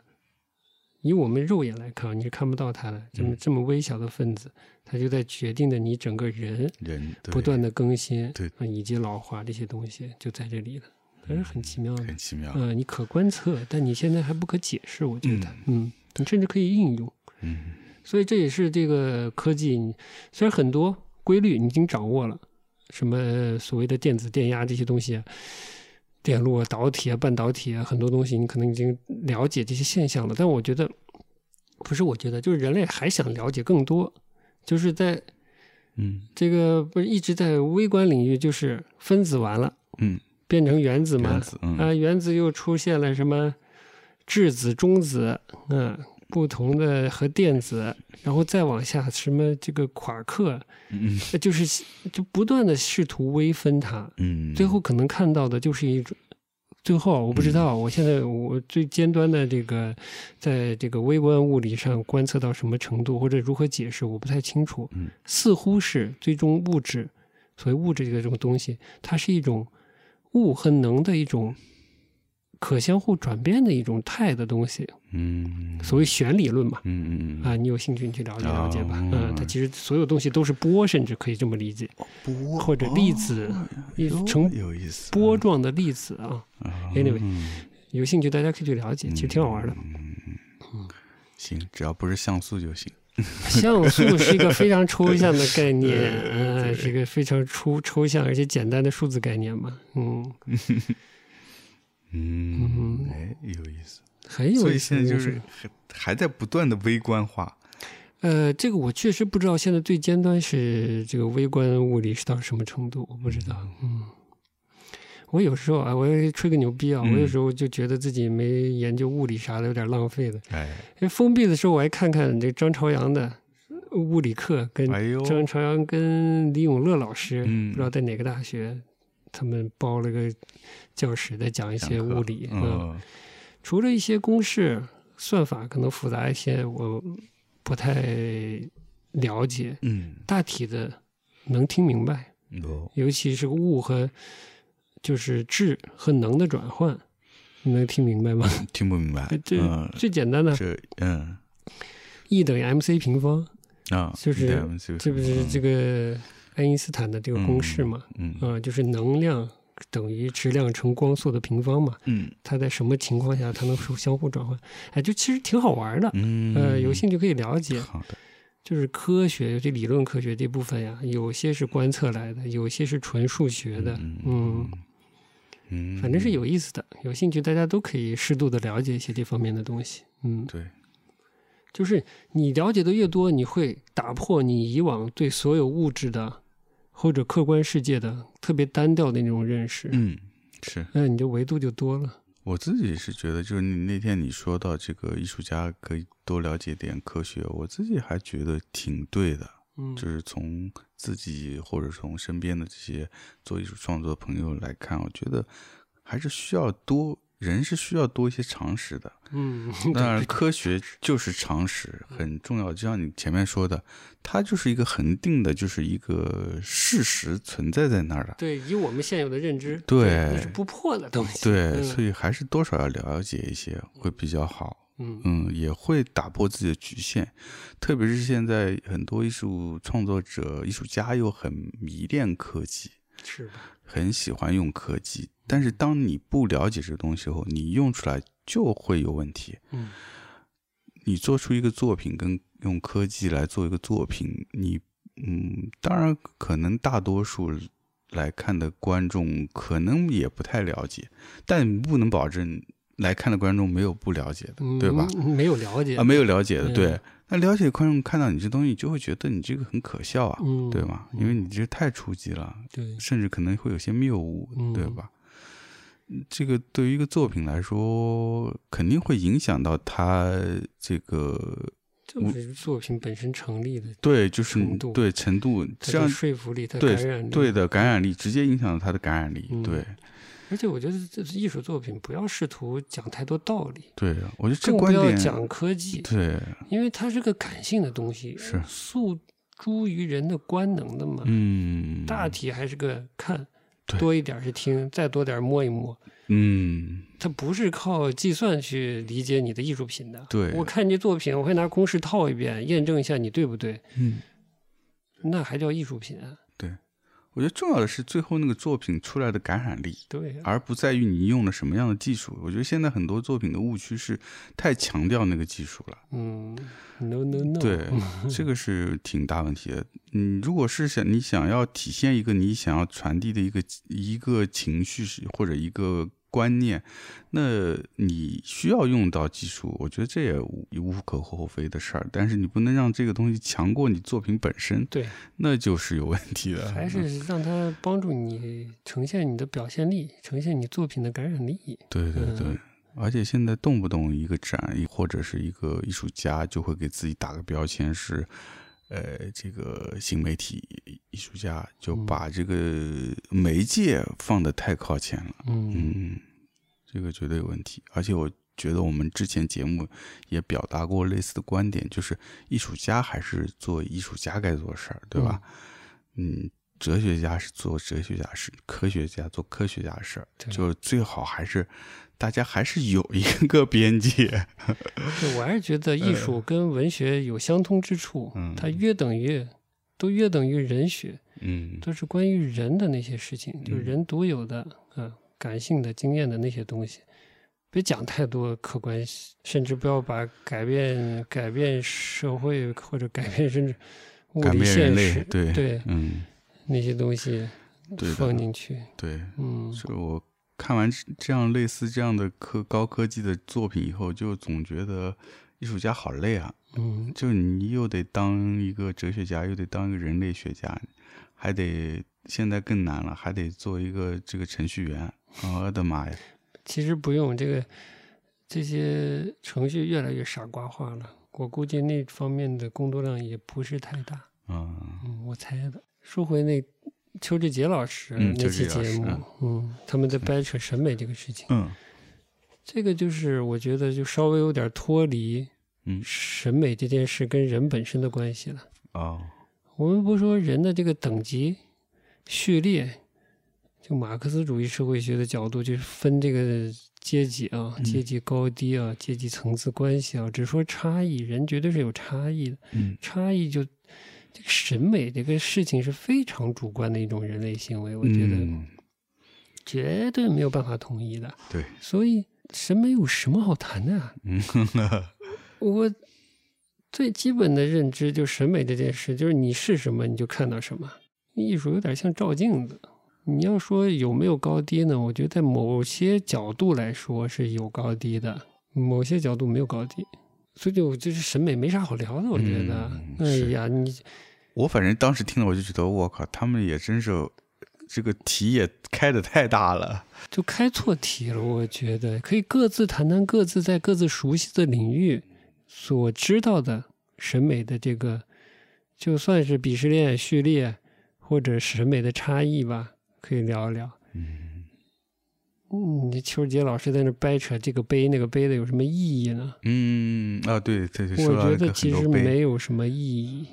[SPEAKER 2] 以我们肉眼来看，你是看不到它的。这
[SPEAKER 1] 嗯
[SPEAKER 2] 么这么微小的分子，它就在决定着你整个人
[SPEAKER 1] 人对
[SPEAKER 2] 不断的更新，
[SPEAKER 1] 对
[SPEAKER 2] 啊以及老化这些东西就在这里了，还是很奇妙的
[SPEAKER 1] 很。奇妙。
[SPEAKER 2] 嗯、你可观测，但你现在还不可解释，我觉得，嗯，你甚至可以应用。
[SPEAKER 1] 嗯
[SPEAKER 2] 所以这也是这个科技，你虽然很多规律你已经掌握了，什么呃所谓的电子电压这些东西啊，电路啊、导体啊、半导体啊，很多东西你可能已经了解这些现象了，但我觉得不是，我觉得就是人类还想了解更多，就是在
[SPEAKER 1] 嗯
[SPEAKER 2] 这个不是一直在微观领域，就是分子完了
[SPEAKER 1] 嗯，
[SPEAKER 2] 变成原子嘛
[SPEAKER 1] 原，子嗯
[SPEAKER 2] 啊，原子又出现了什么质子、中子，嗯，不同的和电子，然后再往下什么这个夸克，
[SPEAKER 1] 嗯
[SPEAKER 2] 呃就是就不断的试图微分它，
[SPEAKER 1] 嗯，
[SPEAKER 2] 最后可能看到的就是一种最后啊我不
[SPEAKER 1] 嗯
[SPEAKER 2] 知道，我现在我最尖端的这个，在这个微观物理上观测到什么程度，或者如何解释，我不太清楚
[SPEAKER 1] 嗯。
[SPEAKER 2] 似乎是最终物质，所谓物质这个这种东西，它是一种物和能的一种可相互转变的一种态的东西，
[SPEAKER 1] 嗯，
[SPEAKER 2] 所谓弦理论嘛。
[SPEAKER 1] 嗯嗯嗯
[SPEAKER 2] 啊，你有兴趣你去了解了解吧。
[SPEAKER 1] 哦
[SPEAKER 2] 嗯，它其实所有东西都是波，甚至可以这么理解，
[SPEAKER 1] 波
[SPEAKER 2] 或者粒子
[SPEAKER 1] 哦
[SPEAKER 2] 一
[SPEAKER 1] 哟
[SPEAKER 2] 成
[SPEAKER 1] 有意思
[SPEAKER 2] 波状的粒子啊。
[SPEAKER 1] 啊
[SPEAKER 2] anyway，
[SPEAKER 1] 嗯
[SPEAKER 2] 有兴趣大家可以去了解，其实挺好玩的。
[SPEAKER 1] 行，只要不是像素就行。
[SPEAKER 2] 像素是一个非常抽象的 概念，呃，是一个非常抽抽象而且简单的数字概念嘛。嗯，
[SPEAKER 1] 嗯
[SPEAKER 2] 嗯，
[SPEAKER 1] 哎，有意思。
[SPEAKER 2] 很有
[SPEAKER 1] 所
[SPEAKER 2] 意
[SPEAKER 1] 以
[SPEAKER 2] 思
[SPEAKER 1] 现
[SPEAKER 2] 的
[SPEAKER 1] 在
[SPEAKER 2] 一
[SPEAKER 1] 就
[SPEAKER 2] 件事。
[SPEAKER 1] 是还还在不断的微观化。
[SPEAKER 2] 呃，这个我确实不知道，现在最尖端是这个微观物理是到什么程度，我不知道。嗯，我有时候啊，我也吹个牛逼啊，
[SPEAKER 1] 嗯
[SPEAKER 2] 我有时候就觉得自己没研究物理啥的，有点浪费了。
[SPEAKER 1] 哎，
[SPEAKER 2] 因为封闭的时候，我还看看这张朝阳的呃物理课，跟
[SPEAKER 1] 哎呦，
[SPEAKER 2] 张朝阳跟李永乐老师，
[SPEAKER 1] 嗯
[SPEAKER 2] 不知道在哪个大学，他们包了个教室，在讲一
[SPEAKER 1] 讲
[SPEAKER 2] 些
[SPEAKER 1] 课
[SPEAKER 2] 物理。
[SPEAKER 1] 嗯
[SPEAKER 2] 除了一些公式、算法可能复杂一些，我不太了解，
[SPEAKER 1] 嗯，
[SPEAKER 2] 大体的能听明白，
[SPEAKER 1] 哦
[SPEAKER 2] 尤其是物和就是质和能的转换，你能听明白吗？。
[SPEAKER 1] 听不明白
[SPEAKER 2] 哎这、呃
[SPEAKER 1] 嗯
[SPEAKER 2] 最简单的
[SPEAKER 1] 这嗯
[SPEAKER 2] E 等于 mc 平方，
[SPEAKER 1] 啊，
[SPEAKER 2] 就是这
[SPEAKER 1] 这
[SPEAKER 2] 不是这个爱因斯坦的这个公式嘛？
[SPEAKER 1] 嗯
[SPEAKER 2] 啊、就是能量等于质量乘光速的平方嘛？
[SPEAKER 1] 嗯
[SPEAKER 2] 它在什么情况下它能相互转换？哎，就其实挺好玩的。
[SPEAKER 1] 嗯
[SPEAKER 2] 呃，有兴趣可以了解，
[SPEAKER 1] 好的，
[SPEAKER 2] 就是科学，尤其理论科学这部分呀，有些是观测来的，有些是纯数学的，嗯，
[SPEAKER 1] 嗯，
[SPEAKER 2] 反正是有意思的。有兴趣大家都可以适度的了解一些这方面的东西，嗯，
[SPEAKER 1] 对，
[SPEAKER 2] 就是你了解的越多，你会打破你以往对所有物质的或者客观世界的特别单调的那种认识，
[SPEAKER 1] 嗯是。
[SPEAKER 2] 那、你的维度就多了。
[SPEAKER 1] 我自己是觉得，就是你那天你说到这个艺术家可以多了解点科学，我自己还觉得挺对的。
[SPEAKER 2] 嗯
[SPEAKER 1] 就是从自己或者从身边的这些做艺术创作的朋友来看，我觉得还是需要多人是需要多一些常识的。
[SPEAKER 2] 嗯，
[SPEAKER 1] 当然，科学就是常识很重要，就像你前面说的，它就是一个恒定的，就是一个事实存在在那儿的。
[SPEAKER 2] 对，以我们现有的认知，
[SPEAKER 1] 对
[SPEAKER 2] 那是不破的东西。
[SPEAKER 1] 对，
[SPEAKER 2] 嗯
[SPEAKER 1] 所以还是多少要了解一些会比较好。
[SPEAKER 2] 嗯
[SPEAKER 1] 嗯，也会打破自己的局限，特别是现在很多艺术创作者、艺术家又很迷恋科技，
[SPEAKER 2] 是吧？
[SPEAKER 1] 很喜欢用科技，但是当你不了解这个东西后，你用出来就会有问题。
[SPEAKER 2] 嗯
[SPEAKER 1] 你做出一个作品，跟用科技来做一个作品，你嗯，当然可能大多数来看的观众可能也不太了解，但不能保证来看的观众没有不了解的，
[SPEAKER 2] 嗯，
[SPEAKER 1] 对吧？
[SPEAKER 2] 没有了解
[SPEAKER 1] 啊，没有了解的，
[SPEAKER 2] 嗯
[SPEAKER 1] 对。那了解观众看到你这东西，就会觉得你这个很可笑啊，
[SPEAKER 2] 嗯，
[SPEAKER 1] 对吗？因为你这太初级了，
[SPEAKER 2] 对，
[SPEAKER 1] 甚至可能会有些谬误，对
[SPEAKER 2] 嗯
[SPEAKER 1] 吧？这个对于一个作品来说，肯定会影响到他这个
[SPEAKER 2] 这不是作品本身成立的，
[SPEAKER 1] 对，就是
[SPEAKER 2] 程度
[SPEAKER 1] 对程度
[SPEAKER 2] 它
[SPEAKER 1] 这样
[SPEAKER 2] 的说服力，它
[SPEAKER 1] 对
[SPEAKER 2] 感染力。
[SPEAKER 1] 对，的感染力，直接影响到他的感染力。
[SPEAKER 2] 嗯
[SPEAKER 1] 对
[SPEAKER 2] 而且我觉得这是艺术作品，不要试图讲太多道理，
[SPEAKER 1] 对，我觉得这
[SPEAKER 2] 更不
[SPEAKER 1] 观
[SPEAKER 2] 要
[SPEAKER 1] 点
[SPEAKER 2] 讲科技，
[SPEAKER 1] 对，
[SPEAKER 2] 因为它是个感性的东西，
[SPEAKER 1] 是
[SPEAKER 2] 诉诸于人的官能的嘛。
[SPEAKER 1] 嗯，
[SPEAKER 2] 大体还是个看，
[SPEAKER 1] 对
[SPEAKER 2] 多一点是听，再多点摸一摸。
[SPEAKER 1] 嗯
[SPEAKER 2] 它不是靠计算去理解你的艺术品的。
[SPEAKER 1] 对
[SPEAKER 2] 我看你作品，我会拿公式套一遍，验证一下你对不对，
[SPEAKER 1] 嗯。
[SPEAKER 2] 那还叫艺术品啊？
[SPEAKER 1] 我觉得重要的是最后那个作品出来的感染力，
[SPEAKER 2] 对啊，
[SPEAKER 1] 而不在于你用了什么样的技术。我觉得现在很多作品的误区是太强调那个技术了，
[SPEAKER 2] 嗯，no no no，
[SPEAKER 1] 对， 这个是挺大问题的。嗯，如果是想你想要体现一个你想要传递的一个一个情绪是或者一个观念，那你需要用到技术，我觉得这也无无可厚非的事儿。但是你不能让这个东西强过你作品本身，
[SPEAKER 2] 对，
[SPEAKER 1] 那就是有问题的。
[SPEAKER 2] 还是
[SPEAKER 1] 嗯
[SPEAKER 2] 让它帮助你呈现你的表现力，呈现你作品的感染力。
[SPEAKER 1] 对对
[SPEAKER 2] 嗯
[SPEAKER 1] 对，而且现在动不动一个展或者是一个艺术家就会给自己打个标签是，呃，这个新媒体艺术家，就
[SPEAKER 2] 嗯
[SPEAKER 1] 把这个媒介放得太靠前了。
[SPEAKER 2] 嗯，
[SPEAKER 1] 嗯，这个绝对有问题。而且我觉得我们之前节目也表达过类似的观点，就是艺术家还是做艺术家该做的事儿，对吧？嗯，哲学家是做哲学家事，科学家做科学家的事儿，
[SPEAKER 2] 对
[SPEAKER 1] 就是最好还是大家还是有一个边界。
[SPEAKER 2] 对，我还是觉得艺术跟文学有相通之处，
[SPEAKER 1] 嗯
[SPEAKER 2] 它约等于都约等于人学，
[SPEAKER 1] 嗯，
[SPEAKER 2] 都是关于人的那些事情，就是人独有的啊，感性的经验的那些东西。别讲太多客观，甚至不要把改变、改变社会或者改变甚至物
[SPEAKER 1] 改
[SPEAKER 2] 理
[SPEAKER 1] 变人
[SPEAKER 2] 现
[SPEAKER 1] 类
[SPEAKER 2] 实，
[SPEAKER 1] 对
[SPEAKER 2] 对
[SPEAKER 1] 嗯，
[SPEAKER 2] 那些东西
[SPEAKER 1] 对的
[SPEAKER 2] 放进去。
[SPEAKER 1] 对，
[SPEAKER 2] 嗯，
[SPEAKER 1] 是我看完这这样类似这样的科高科技的作品以后，就总觉得艺术家好累啊！
[SPEAKER 2] 嗯，
[SPEAKER 1] 就你又得当一个哲学家，又得当一个人类学家，还得现在更难了，还得做一个这个程序员。啊我的妈呀！
[SPEAKER 2] 其实不用这个，这些程序越来越傻瓜化了。我估计那方面的工作量也不是太大。
[SPEAKER 1] 嗯，
[SPEAKER 2] 嗯，我猜的。说回那邱志杰老师啊
[SPEAKER 1] 嗯邱
[SPEAKER 2] 那期
[SPEAKER 1] 志杰老师
[SPEAKER 2] 节目，嗯，他们在掰扯审美这个事情，
[SPEAKER 1] 嗯
[SPEAKER 2] 这个就是我觉得就稍微有点脱离
[SPEAKER 1] 嗯
[SPEAKER 2] 审美这件事跟人本身的关系了。
[SPEAKER 1] 哦，
[SPEAKER 2] 我们不说人的这个等级序列，就马克思主义社会学的角度，就是分这个阶级啊、
[SPEAKER 1] 嗯
[SPEAKER 2] 阶级高低啊、阶级层次关系啊，只说差异，人绝对是有差异的，
[SPEAKER 1] 嗯
[SPEAKER 2] 差异就这个审美这个事情是非常主观的一种人类行为，我觉得
[SPEAKER 1] 嗯
[SPEAKER 2] 绝对没有办法统一的，
[SPEAKER 1] 对，
[SPEAKER 2] 所以审美有什么好谈的、啊？
[SPEAKER 1] 嗯
[SPEAKER 2] 我最基本的认知就是审美这件事，就是你是什么你就看到什么。艺术有点像照镜子，你要说有没有高低呢？我觉得在某些角度来说是有高低的，某些角度没有高低。所以就就是审美没啥好聊的，我觉得。
[SPEAKER 1] 嗯
[SPEAKER 2] 哎
[SPEAKER 1] 是
[SPEAKER 2] 呀，你
[SPEAKER 1] 我反正当时听了我就觉得，我靠，他们也真是这个题也开的太大了。
[SPEAKER 2] 就开错题了，我觉得可以各自谈谈各自在各自熟悉的领域所知道的审美的这个，就算是鄙视链、序列或者审美的差异吧，可以聊一聊。
[SPEAKER 1] 嗯
[SPEAKER 2] 嗯，你邱杰老师在那掰扯这个杯那个杯的有什么意义呢？
[SPEAKER 1] 嗯啊，对对对，说
[SPEAKER 2] 我
[SPEAKER 1] 到
[SPEAKER 2] 觉
[SPEAKER 1] 一
[SPEAKER 2] 得
[SPEAKER 1] 个
[SPEAKER 2] 其
[SPEAKER 1] 很
[SPEAKER 2] 实
[SPEAKER 1] 多杯。
[SPEAKER 2] 没有什么意义，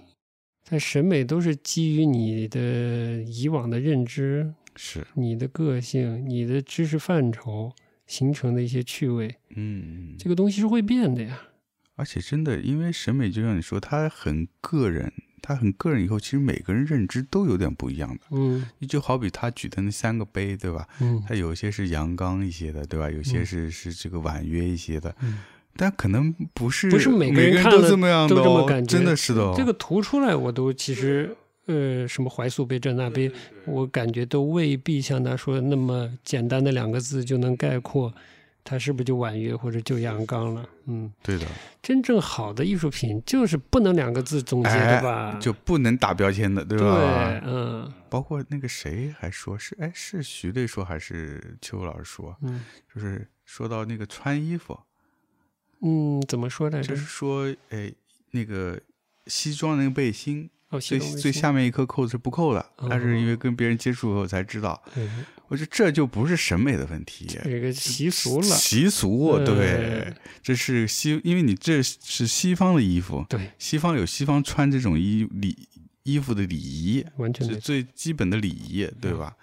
[SPEAKER 2] 但审美都是基于你的以往的认知
[SPEAKER 1] 是，
[SPEAKER 2] 你的个性、你的知识范畴形成的一些趣味，
[SPEAKER 1] 嗯，
[SPEAKER 2] 这个东西是会变的呀。
[SPEAKER 1] 而且真的，因为审美就像你说，它很个人，它很个人以后，其实每个人认知都有点不一样的。
[SPEAKER 2] 嗯
[SPEAKER 1] 你就好比他举的那三个杯，对吧？
[SPEAKER 2] 嗯
[SPEAKER 1] 它有些是阳刚一些的，对吧？有些
[SPEAKER 2] 嗯
[SPEAKER 1] 是、是这个婉约一些的，
[SPEAKER 2] 嗯，
[SPEAKER 1] 但可能不是
[SPEAKER 2] 不是每
[SPEAKER 1] 每
[SPEAKER 2] 个人看
[SPEAKER 1] 都
[SPEAKER 2] 了
[SPEAKER 1] 这么样的、哦，
[SPEAKER 2] 都这么感觉嗯
[SPEAKER 1] 真的是的、哦。
[SPEAKER 2] 这个图出来我都其实呃什么怀素杯这那杯，我感觉都未必像他说的那么简单的两个字就能概括，它是不是就婉约或者就阳刚了？嗯，
[SPEAKER 1] 对的，
[SPEAKER 2] 真正好的艺术品就是不能两个字总结的吧？
[SPEAKER 1] 哎就不能打标签的，对
[SPEAKER 2] 对，
[SPEAKER 1] 吧？
[SPEAKER 2] 嗯
[SPEAKER 1] 包括那个谁还说是，哎，是徐磊说还是邱老师说，
[SPEAKER 2] 嗯
[SPEAKER 1] 就是说到那个穿衣服，
[SPEAKER 2] 嗯，怎么说来
[SPEAKER 1] 就
[SPEAKER 2] 着
[SPEAKER 1] 是？说，哎，那个西装那个背心，
[SPEAKER 2] 哦，
[SPEAKER 1] 最
[SPEAKER 2] 系统
[SPEAKER 1] 最下面一颗扣子是不扣的，
[SPEAKER 2] 嗯
[SPEAKER 1] 但是因为跟别人接触后才知道，
[SPEAKER 2] 对
[SPEAKER 1] 我觉得这就不是审美的问题，
[SPEAKER 2] 这个习俗了。
[SPEAKER 1] 习俗
[SPEAKER 2] 嗯
[SPEAKER 1] 对，这是西，因为你这是西方的衣服，
[SPEAKER 2] 对，
[SPEAKER 1] 西方有西方穿这种衣礼衣服的礼仪，
[SPEAKER 2] 完全
[SPEAKER 1] 是
[SPEAKER 2] 没错。
[SPEAKER 1] 最基本的礼仪，
[SPEAKER 2] 嗯
[SPEAKER 1] 对吧？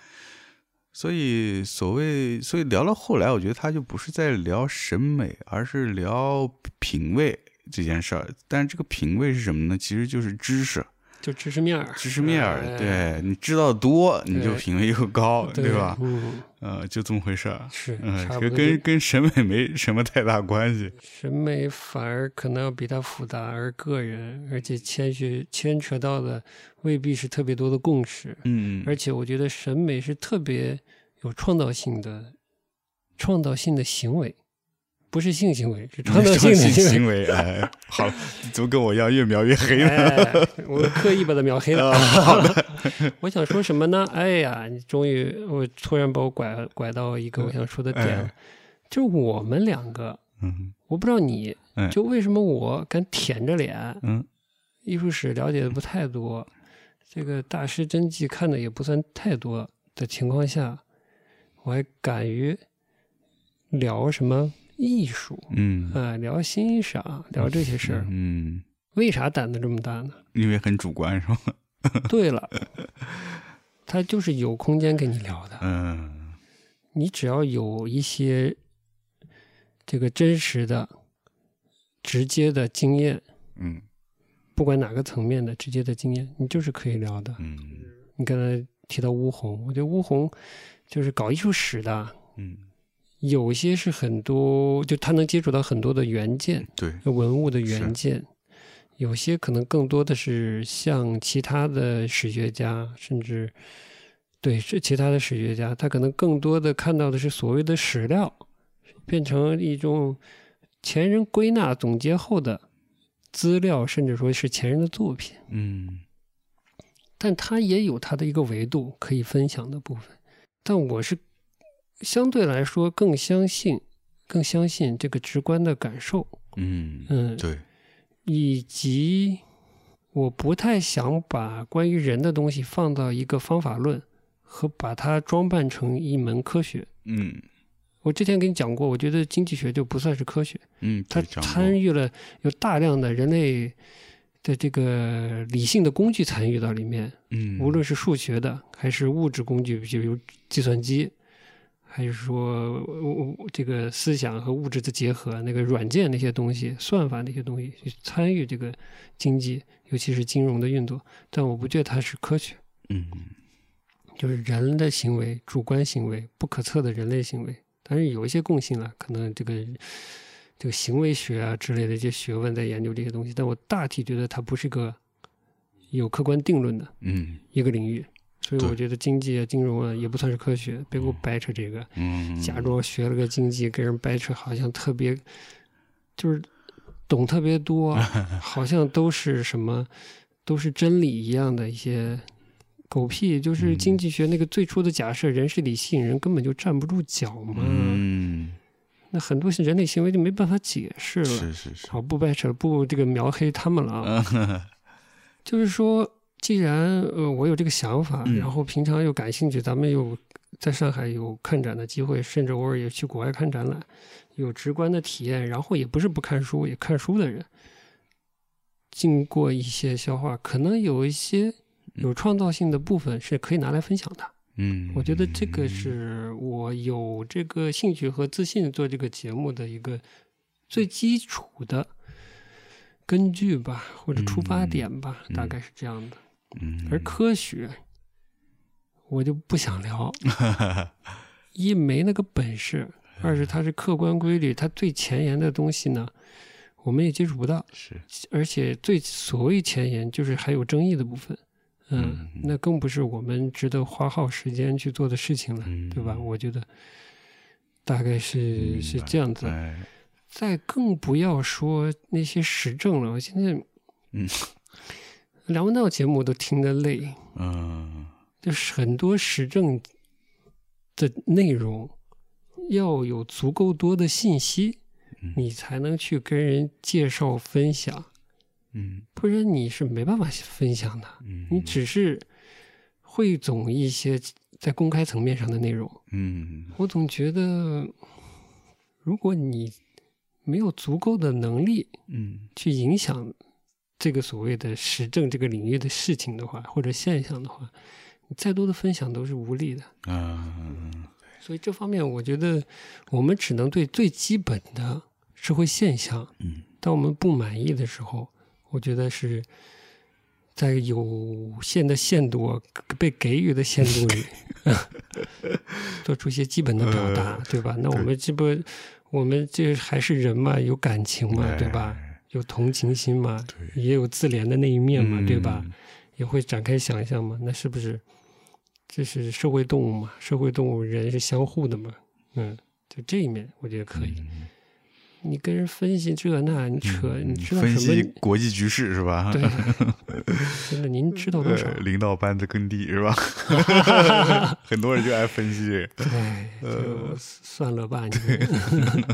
[SPEAKER 1] 所以，所谓，所以聊到后来，我觉得他就不是在聊审美，而是聊品味这件事儿。但是这个品味是什么呢？其实就是知识，
[SPEAKER 2] 就知识面儿，
[SPEAKER 1] 知识面儿。
[SPEAKER 2] 哎，
[SPEAKER 1] 对你知道多，你就
[SPEAKER 2] 对
[SPEAKER 1] 品味又高，
[SPEAKER 2] 对
[SPEAKER 1] 对吧？
[SPEAKER 2] 嗯，
[SPEAKER 1] 呃，就这么回事儿。
[SPEAKER 2] 是，
[SPEAKER 1] 嗯，
[SPEAKER 2] 差
[SPEAKER 1] 这个
[SPEAKER 2] 不多
[SPEAKER 1] 跟
[SPEAKER 2] 就
[SPEAKER 1] 跟审美没什么太大关系。
[SPEAKER 2] 审美反而可能要比它复杂而个人，而且牵涉牵扯到的未必是特别多的共识，
[SPEAKER 1] 嗯，
[SPEAKER 2] 而且我觉得审美是特别有创造性的，创造性的行为，不是性行为，是创造性
[SPEAKER 1] 性
[SPEAKER 2] 的
[SPEAKER 1] 行
[SPEAKER 2] 为。
[SPEAKER 1] 为，哎，好，怎么跟我一样越描越黑呢？
[SPEAKER 2] 哎，我刻意把它描黑了。
[SPEAKER 1] 哎 好的，
[SPEAKER 2] 我想说什么呢？哎呀，你终于，我突然把我拐拐到一个我想说的点了，
[SPEAKER 1] 哎
[SPEAKER 2] 就我们两个，
[SPEAKER 1] 嗯
[SPEAKER 2] 我不知道你
[SPEAKER 1] 嗯，
[SPEAKER 2] 就为什么我敢舔着脸？
[SPEAKER 1] 嗯
[SPEAKER 2] 艺术史了解的不太多，这个大师真迹看的也不算太多的情况下，我还敢于聊什么艺术
[SPEAKER 1] 嗯
[SPEAKER 2] 啊、聊欣赏，聊这些事儿。
[SPEAKER 1] 嗯，
[SPEAKER 2] 为啥胆子这么大呢？
[SPEAKER 1] 因为很主观是吧？
[SPEAKER 2] 对了，他就是有空间跟你聊的。
[SPEAKER 1] 嗯
[SPEAKER 2] 你只要有一些这个真实的、直接的经验，
[SPEAKER 1] 嗯
[SPEAKER 2] 不管哪个层面的直接的经验，你就是可以聊的。
[SPEAKER 1] 嗯
[SPEAKER 2] 你刚才提到乌红，我觉得乌红就是搞艺术史的，
[SPEAKER 1] 嗯，
[SPEAKER 2] 有些是很多，就他能接触到很多的原件、
[SPEAKER 1] 对，
[SPEAKER 2] 文物的原件，有些可能更多的是像其他的史学家，甚至对是其他的史学家，他可能更多的看到的是所谓的史料，变成一种前人归纳总结后的资料，甚至说是前人的作品。
[SPEAKER 1] 嗯
[SPEAKER 2] 但它也有它的一个维度可以分享的部分。但我是相对来说更相信，更相信这个直观的感受，
[SPEAKER 1] 嗯，
[SPEAKER 2] 嗯，
[SPEAKER 1] 对，
[SPEAKER 2] 以及我不太想把关于人的东西放到一个方法论和把它装扮成一门科学。
[SPEAKER 1] 嗯
[SPEAKER 2] 我之前跟你讲过，我觉得经济学就不算是科学，
[SPEAKER 1] 嗯，
[SPEAKER 2] 它
[SPEAKER 1] 对掌握
[SPEAKER 2] 参与了有大量的人类的这个理性的工具参与到里面，
[SPEAKER 1] 嗯，
[SPEAKER 2] 无论是数学的还是物质工具，就比如计算机，还是说我我这个思想和物质的结合，那个软件那些东西、算法那些东西去参与这个经济，尤其是金融的运作。但我不觉得它是科学，
[SPEAKER 1] 嗯
[SPEAKER 2] 就是人的行为、主观行为、不可测的人类行为。但是有一些共性啊，可能这个这个行为学啊之类的一些学问在研究这些东西，但我大体觉得它不是个有客观定论的。
[SPEAKER 1] 嗯
[SPEAKER 2] 一个领域，所以
[SPEAKER 1] 对
[SPEAKER 2] 我觉得经济啊、金融啊也不算是科学，别给我掰扯这个，
[SPEAKER 1] 嗯，
[SPEAKER 2] 假装学了个经济给人掰扯，好像特别就是懂特 别多，好像都是什么都是真理一样的一些狗屁，就是
[SPEAKER 1] 嗯
[SPEAKER 2] 经济学那个最初的假设，人是理性，人根本就站不住脚嘛，
[SPEAKER 1] 嗯，
[SPEAKER 2] 那很多人类行为就没办法解释了。
[SPEAKER 1] 是嗯是是，
[SPEAKER 2] 好，不掰扯，不这个描黑他们了啊。就是说，既然呃我有这个想法，
[SPEAKER 1] 嗯
[SPEAKER 2] 然后平常又感兴趣，咱们又在上海有看展的机会，甚至偶尔也去国外看展览，有直观的体验，然后也不是不看书，也看书的人，经过一些消化，可能有一些有创造性的部分是可以拿来分享的。
[SPEAKER 1] 嗯，
[SPEAKER 2] 我觉得这个是我有这个兴趣和自信做这个节目的一个最基础的根据吧，或者出发点吧，
[SPEAKER 1] 嗯
[SPEAKER 2] 大概是这样的。
[SPEAKER 1] 嗯，
[SPEAKER 2] 而科学，我就不 想聊，一没那个本事，二是它是客观规律，它最前沿的东西呢，我们也接触不到，
[SPEAKER 1] 是
[SPEAKER 2] 而且最所谓前沿就是还有争议的部分。嗯
[SPEAKER 1] 嗯，
[SPEAKER 2] 那更不是我们值得花耗时间去做的事情了。
[SPEAKER 1] 嗯
[SPEAKER 2] 对吧？我觉得大概是是这样子的。
[SPEAKER 1] 哎，
[SPEAKER 2] 再更不要说那些时政了，我现在
[SPEAKER 1] 嗯，
[SPEAKER 2] 梁文道节目我都听得累，
[SPEAKER 1] 嗯
[SPEAKER 2] 就是很多时政的内容要有足够多的信息
[SPEAKER 1] 嗯，
[SPEAKER 2] 你才能去跟人介绍分享，
[SPEAKER 1] 嗯
[SPEAKER 2] 不然你是没办法分享的。
[SPEAKER 1] 嗯，
[SPEAKER 2] 你只是汇总一些在公开层面上的内容。
[SPEAKER 1] 嗯
[SPEAKER 2] 我总觉得，如果你没有足够的能力
[SPEAKER 1] 嗯
[SPEAKER 2] 去影响这个所谓的时政这个领域的事情的话，或者现象的话，你再多的分享都是无力的。
[SPEAKER 1] 啊，
[SPEAKER 2] 所以这方面，我觉得我们只能对最基本的社会现象，
[SPEAKER 1] 嗯，
[SPEAKER 2] 当我们不满意的时候，我觉得是在有限的限度、被给予的限度里， 做出一些基本的表达，对吧？那我们这不，我们这还是人嘛，有感情嘛，对吧？有同情心嘛，
[SPEAKER 1] 对
[SPEAKER 2] 也有自怜的那一面嘛，
[SPEAKER 1] 嗯
[SPEAKER 2] 对吧？也会展开想象嘛，那是不是这是社会动物嘛？社会动物人是相互的嘛，嗯，就这一面我觉得可以。
[SPEAKER 1] 嗯
[SPEAKER 2] 你跟人分析这那，你扯，
[SPEAKER 1] 嗯
[SPEAKER 2] 你知道
[SPEAKER 1] 分
[SPEAKER 2] 什
[SPEAKER 1] 析
[SPEAKER 2] 么？
[SPEAKER 1] 国际局势是吧？
[SPEAKER 2] 对，真的，您知道多少
[SPEAKER 1] 呃，？领导班子耕地 是吧？很多人就爱分析这个。
[SPEAKER 2] 哎，
[SPEAKER 1] 呃
[SPEAKER 2] 就算了吧，你们，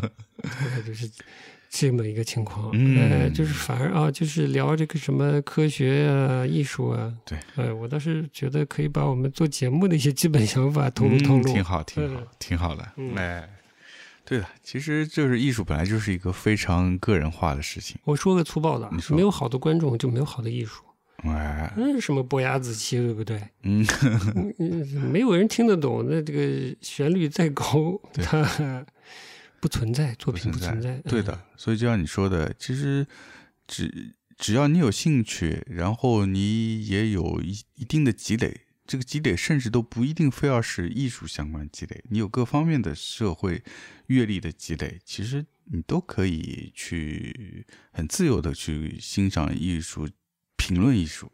[SPEAKER 2] 大概就是这么一个情况。
[SPEAKER 1] 嗯
[SPEAKER 2] 呃，就是反而啊，就是聊这个什么科学啊、艺术啊。
[SPEAKER 1] 对，
[SPEAKER 2] 呃，我倒是觉得可以把我们做节目的一些基本想法透露
[SPEAKER 1] 嗯
[SPEAKER 2] 透露。
[SPEAKER 1] 挺好，挺
[SPEAKER 2] 嗯
[SPEAKER 1] 好，挺好的
[SPEAKER 2] 嗯。
[SPEAKER 1] 哎，对的，其实就是艺术本来就是一个非常个人化的事情。
[SPEAKER 2] 我说个粗暴的啊
[SPEAKER 1] 你，说
[SPEAKER 2] 没有好的观众就没有好的艺术。
[SPEAKER 1] 哎，
[SPEAKER 2] 嗯，什么伯牙子期，对不对？
[SPEAKER 1] 嗯，
[SPEAKER 2] 嗯，没有人听得懂。那这个旋律再高，
[SPEAKER 1] 对
[SPEAKER 2] 它不存在，作
[SPEAKER 1] 不存
[SPEAKER 2] 品不存 在。
[SPEAKER 1] 对
[SPEAKER 2] 嗯
[SPEAKER 1] 的，所以就像你说的，其实只只要你有兴趣，然后你也有一一定的积累，这个积累甚至都不一定非要是艺术相关积累，你有各方面的社会阅历的积累，其实你都可以去很自由的去欣赏艺术、评论艺术，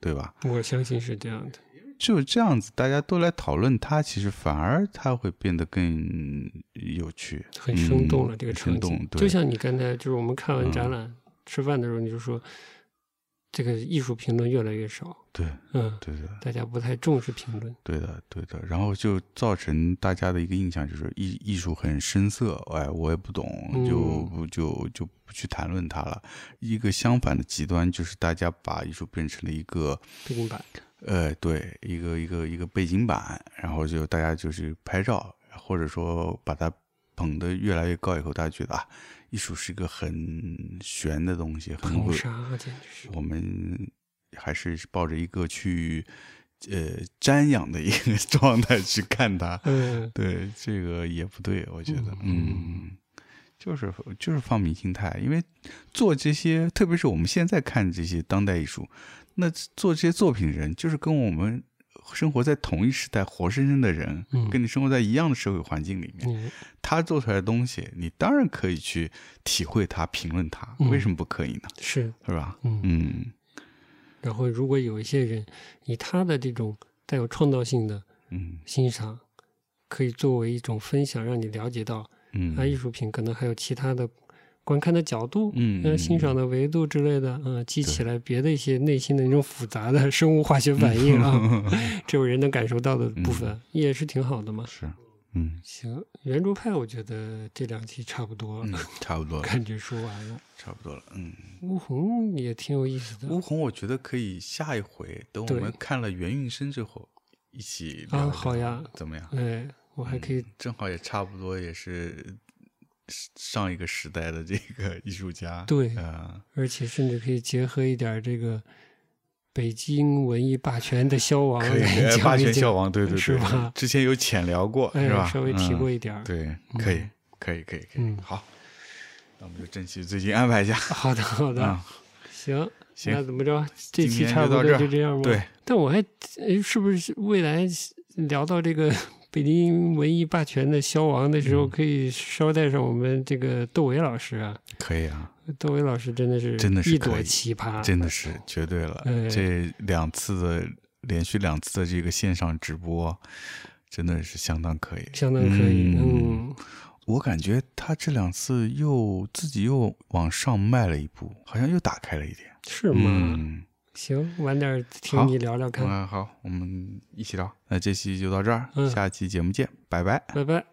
[SPEAKER 1] 对吧？
[SPEAKER 2] 我相信是这样的。
[SPEAKER 1] 就这样子，大家都来讨论它，其实反而它会变得更有趣，
[SPEAKER 2] 很生动了、
[SPEAKER 1] 嗯
[SPEAKER 2] 这个
[SPEAKER 1] 很生
[SPEAKER 2] 场
[SPEAKER 1] 动
[SPEAKER 2] 景。
[SPEAKER 1] 对
[SPEAKER 2] 就像你刚才，就是我们看完展
[SPEAKER 1] 嗯
[SPEAKER 2] 览、吃饭的时候，你就说这个艺术评论越来越少，
[SPEAKER 1] 对
[SPEAKER 2] 嗯，
[SPEAKER 1] 对的。
[SPEAKER 2] 大家不太重视评论，
[SPEAKER 1] 对的，对的，然后就造成大家的一个印象就是艺艺术很深涩，哎，我也不懂，就
[SPEAKER 2] 嗯
[SPEAKER 1] 不就就不去谈论它了。一个相反的极端就是大家把艺术变成了一个
[SPEAKER 2] 背景板。
[SPEAKER 1] 呃，对，一个一个一个背景板，然后就大家就去拍照，或者说把它捧得越来越高以后，大家觉得啊，艺术是一个很玄的东西，很
[SPEAKER 2] 捧
[SPEAKER 1] 伟
[SPEAKER 2] 杀，简直是
[SPEAKER 1] 我们还是抱着一个去呃瞻仰的一个 状态去看它。
[SPEAKER 2] 嗯，
[SPEAKER 1] 对，这个也不对，我觉得，
[SPEAKER 2] 嗯
[SPEAKER 1] 嗯，就是就是放平心态，因为做这些，特别是我们现在看这些当代艺术，那做这些作品的人，就是跟我们生活在同一时代活生生的人，
[SPEAKER 2] 嗯
[SPEAKER 1] 跟你生活在一样的社会环境里面，
[SPEAKER 2] 你
[SPEAKER 1] 他做出来的东西，你当然可以去体会他、评论他，为
[SPEAKER 2] 嗯
[SPEAKER 1] 什么不可以呢？
[SPEAKER 2] 是
[SPEAKER 1] 是吧？
[SPEAKER 2] 嗯。
[SPEAKER 1] 嗯
[SPEAKER 2] 然后，如果有一些人以他的这种带有创造性的
[SPEAKER 1] 嗯
[SPEAKER 2] 欣赏，可以作为一种分享，让你了解到
[SPEAKER 1] 嗯，
[SPEAKER 2] 啊，艺术品可能还有其他的观看的角度，
[SPEAKER 1] 嗯
[SPEAKER 2] 呃，欣赏的维度之类的，嗯、激起来别的一些内心的那种复杂的生物化学反应啊，
[SPEAKER 1] 嗯
[SPEAKER 2] 只有人能感受到的部分，也是挺好的嘛。
[SPEAKER 1] 是，嗯
[SPEAKER 2] 行，圆桌派，我觉得这两期差不多了，
[SPEAKER 1] 嗯，差不多了，
[SPEAKER 2] 感觉说完了。
[SPEAKER 1] 差不多了，嗯。
[SPEAKER 2] 乌鸿也挺有意思的
[SPEAKER 1] 乌鸿，我觉得可以下一回等我
[SPEAKER 2] 对
[SPEAKER 1] 们看了袁运生之后一起聊
[SPEAKER 2] 啊
[SPEAKER 1] 聊
[SPEAKER 2] 好呀
[SPEAKER 1] 怎么样？
[SPEAKER 2] 哎，我还可以
[SPEAKER 1] 嗯正好也差不多也是上一个时代的这个艺术家，
[SPEAKER 2] 对
[SPEAKER 1] 啊、
[SPEAKER 2] 而且甚至可以结合一点儿这个北京文艺霸权的消亡
[SPEAKER 1] 可以
[SPEAKER 2] 来
[SPEAKER 1] 哎
[SPEAKER 2] 讲
[SPEAKER 1] 霸
[SPEAKER 2] 一
[SPEAKER 1] 权
[SPEAKER 2] 讲
[SPEAKER 1] 消亡，对对对，
[SPEAKER 2] 是吧
[SPEAKER 1] 之前有浅聊过，
[SPEAKER 2] 哎
[SPEAKER 1] 是吧？，
[SPEAKER 2] 稍微提过
[SPEAKER 1] 嗯、
[SPEAKER 2] 一点儿。
[SPEAKER 1] 对，可以，可以，可以，可以，
[SPEAKER 2] 嗯
[SPEAKER 1] 好，那我们就争取最近安排一下，
[SPEAKER 2] 好的，好的，
[SPEAKER 1] 啊、
[SPEAKER 2] 行，
[SPEAKER 1] 行
[SPEAKER 2] 那怎么着？这
[SPEAKER 1] 今
[SPEAKER 2] 期
[SPEAKER 1] 天
[SPEAKER 2] 差
[SPEAKER 1] 就
[SPEAKER 2] 不
[SPEAKER 1] 到
[SPEAKER 2] 多
[SPEAKER 1] 这儿
[SPEAKER 2] 就这样吧。
[SPEAKER 1] 对，
[SPEAKER 2] 但我还哎是不是未来聊到这个 北京文艺霸权的消亡的时候，
[SPEAKER 1] 嗯
[SPEAKER 2] 可以捎带上我们这个窦唯老师啊？
[SPEAKER 1] 可以啊，
[SPEAKER 2] 窦唯老师真的是
[SPEAKER 1] 真的是
[SPEAKER 2] 一
[SPEAKER 1] 可
[SPEAKER 2] 朵
[SPEAKER 1] 以
[SPEAKER 2] 奇葩，
[SPEAKER 1] 真的是绝对了。
[SPEAKER 2] 哎
[SPEAKER 1] 这两次的连续两次的这个线上直播，真的是相当可以。
[SPEAKER 2] 相当可以。
[SPEAKER 1] 嗯
[SPEAKER 2] 嗯，
[SPEAKER 1] 我感觉他这两次又自己又往上迈了一步，好像又打开了一点。
[SPEAKER 2] 是吗？
[SPEAKER 1] 嗯，
[SPEAKER 2] 行，晚点儿
[SPEAKER 1] 好
[SPEAKER 2] 听你聊聊看。
[SPEAKER 1] 嗯，好，我们一起聊。那这期就到这儿，
[SPEAKER 2] 嗯
[SPEAKER 1] 下期节目见，拜拜。
[SPEAKER 2] 拜拜。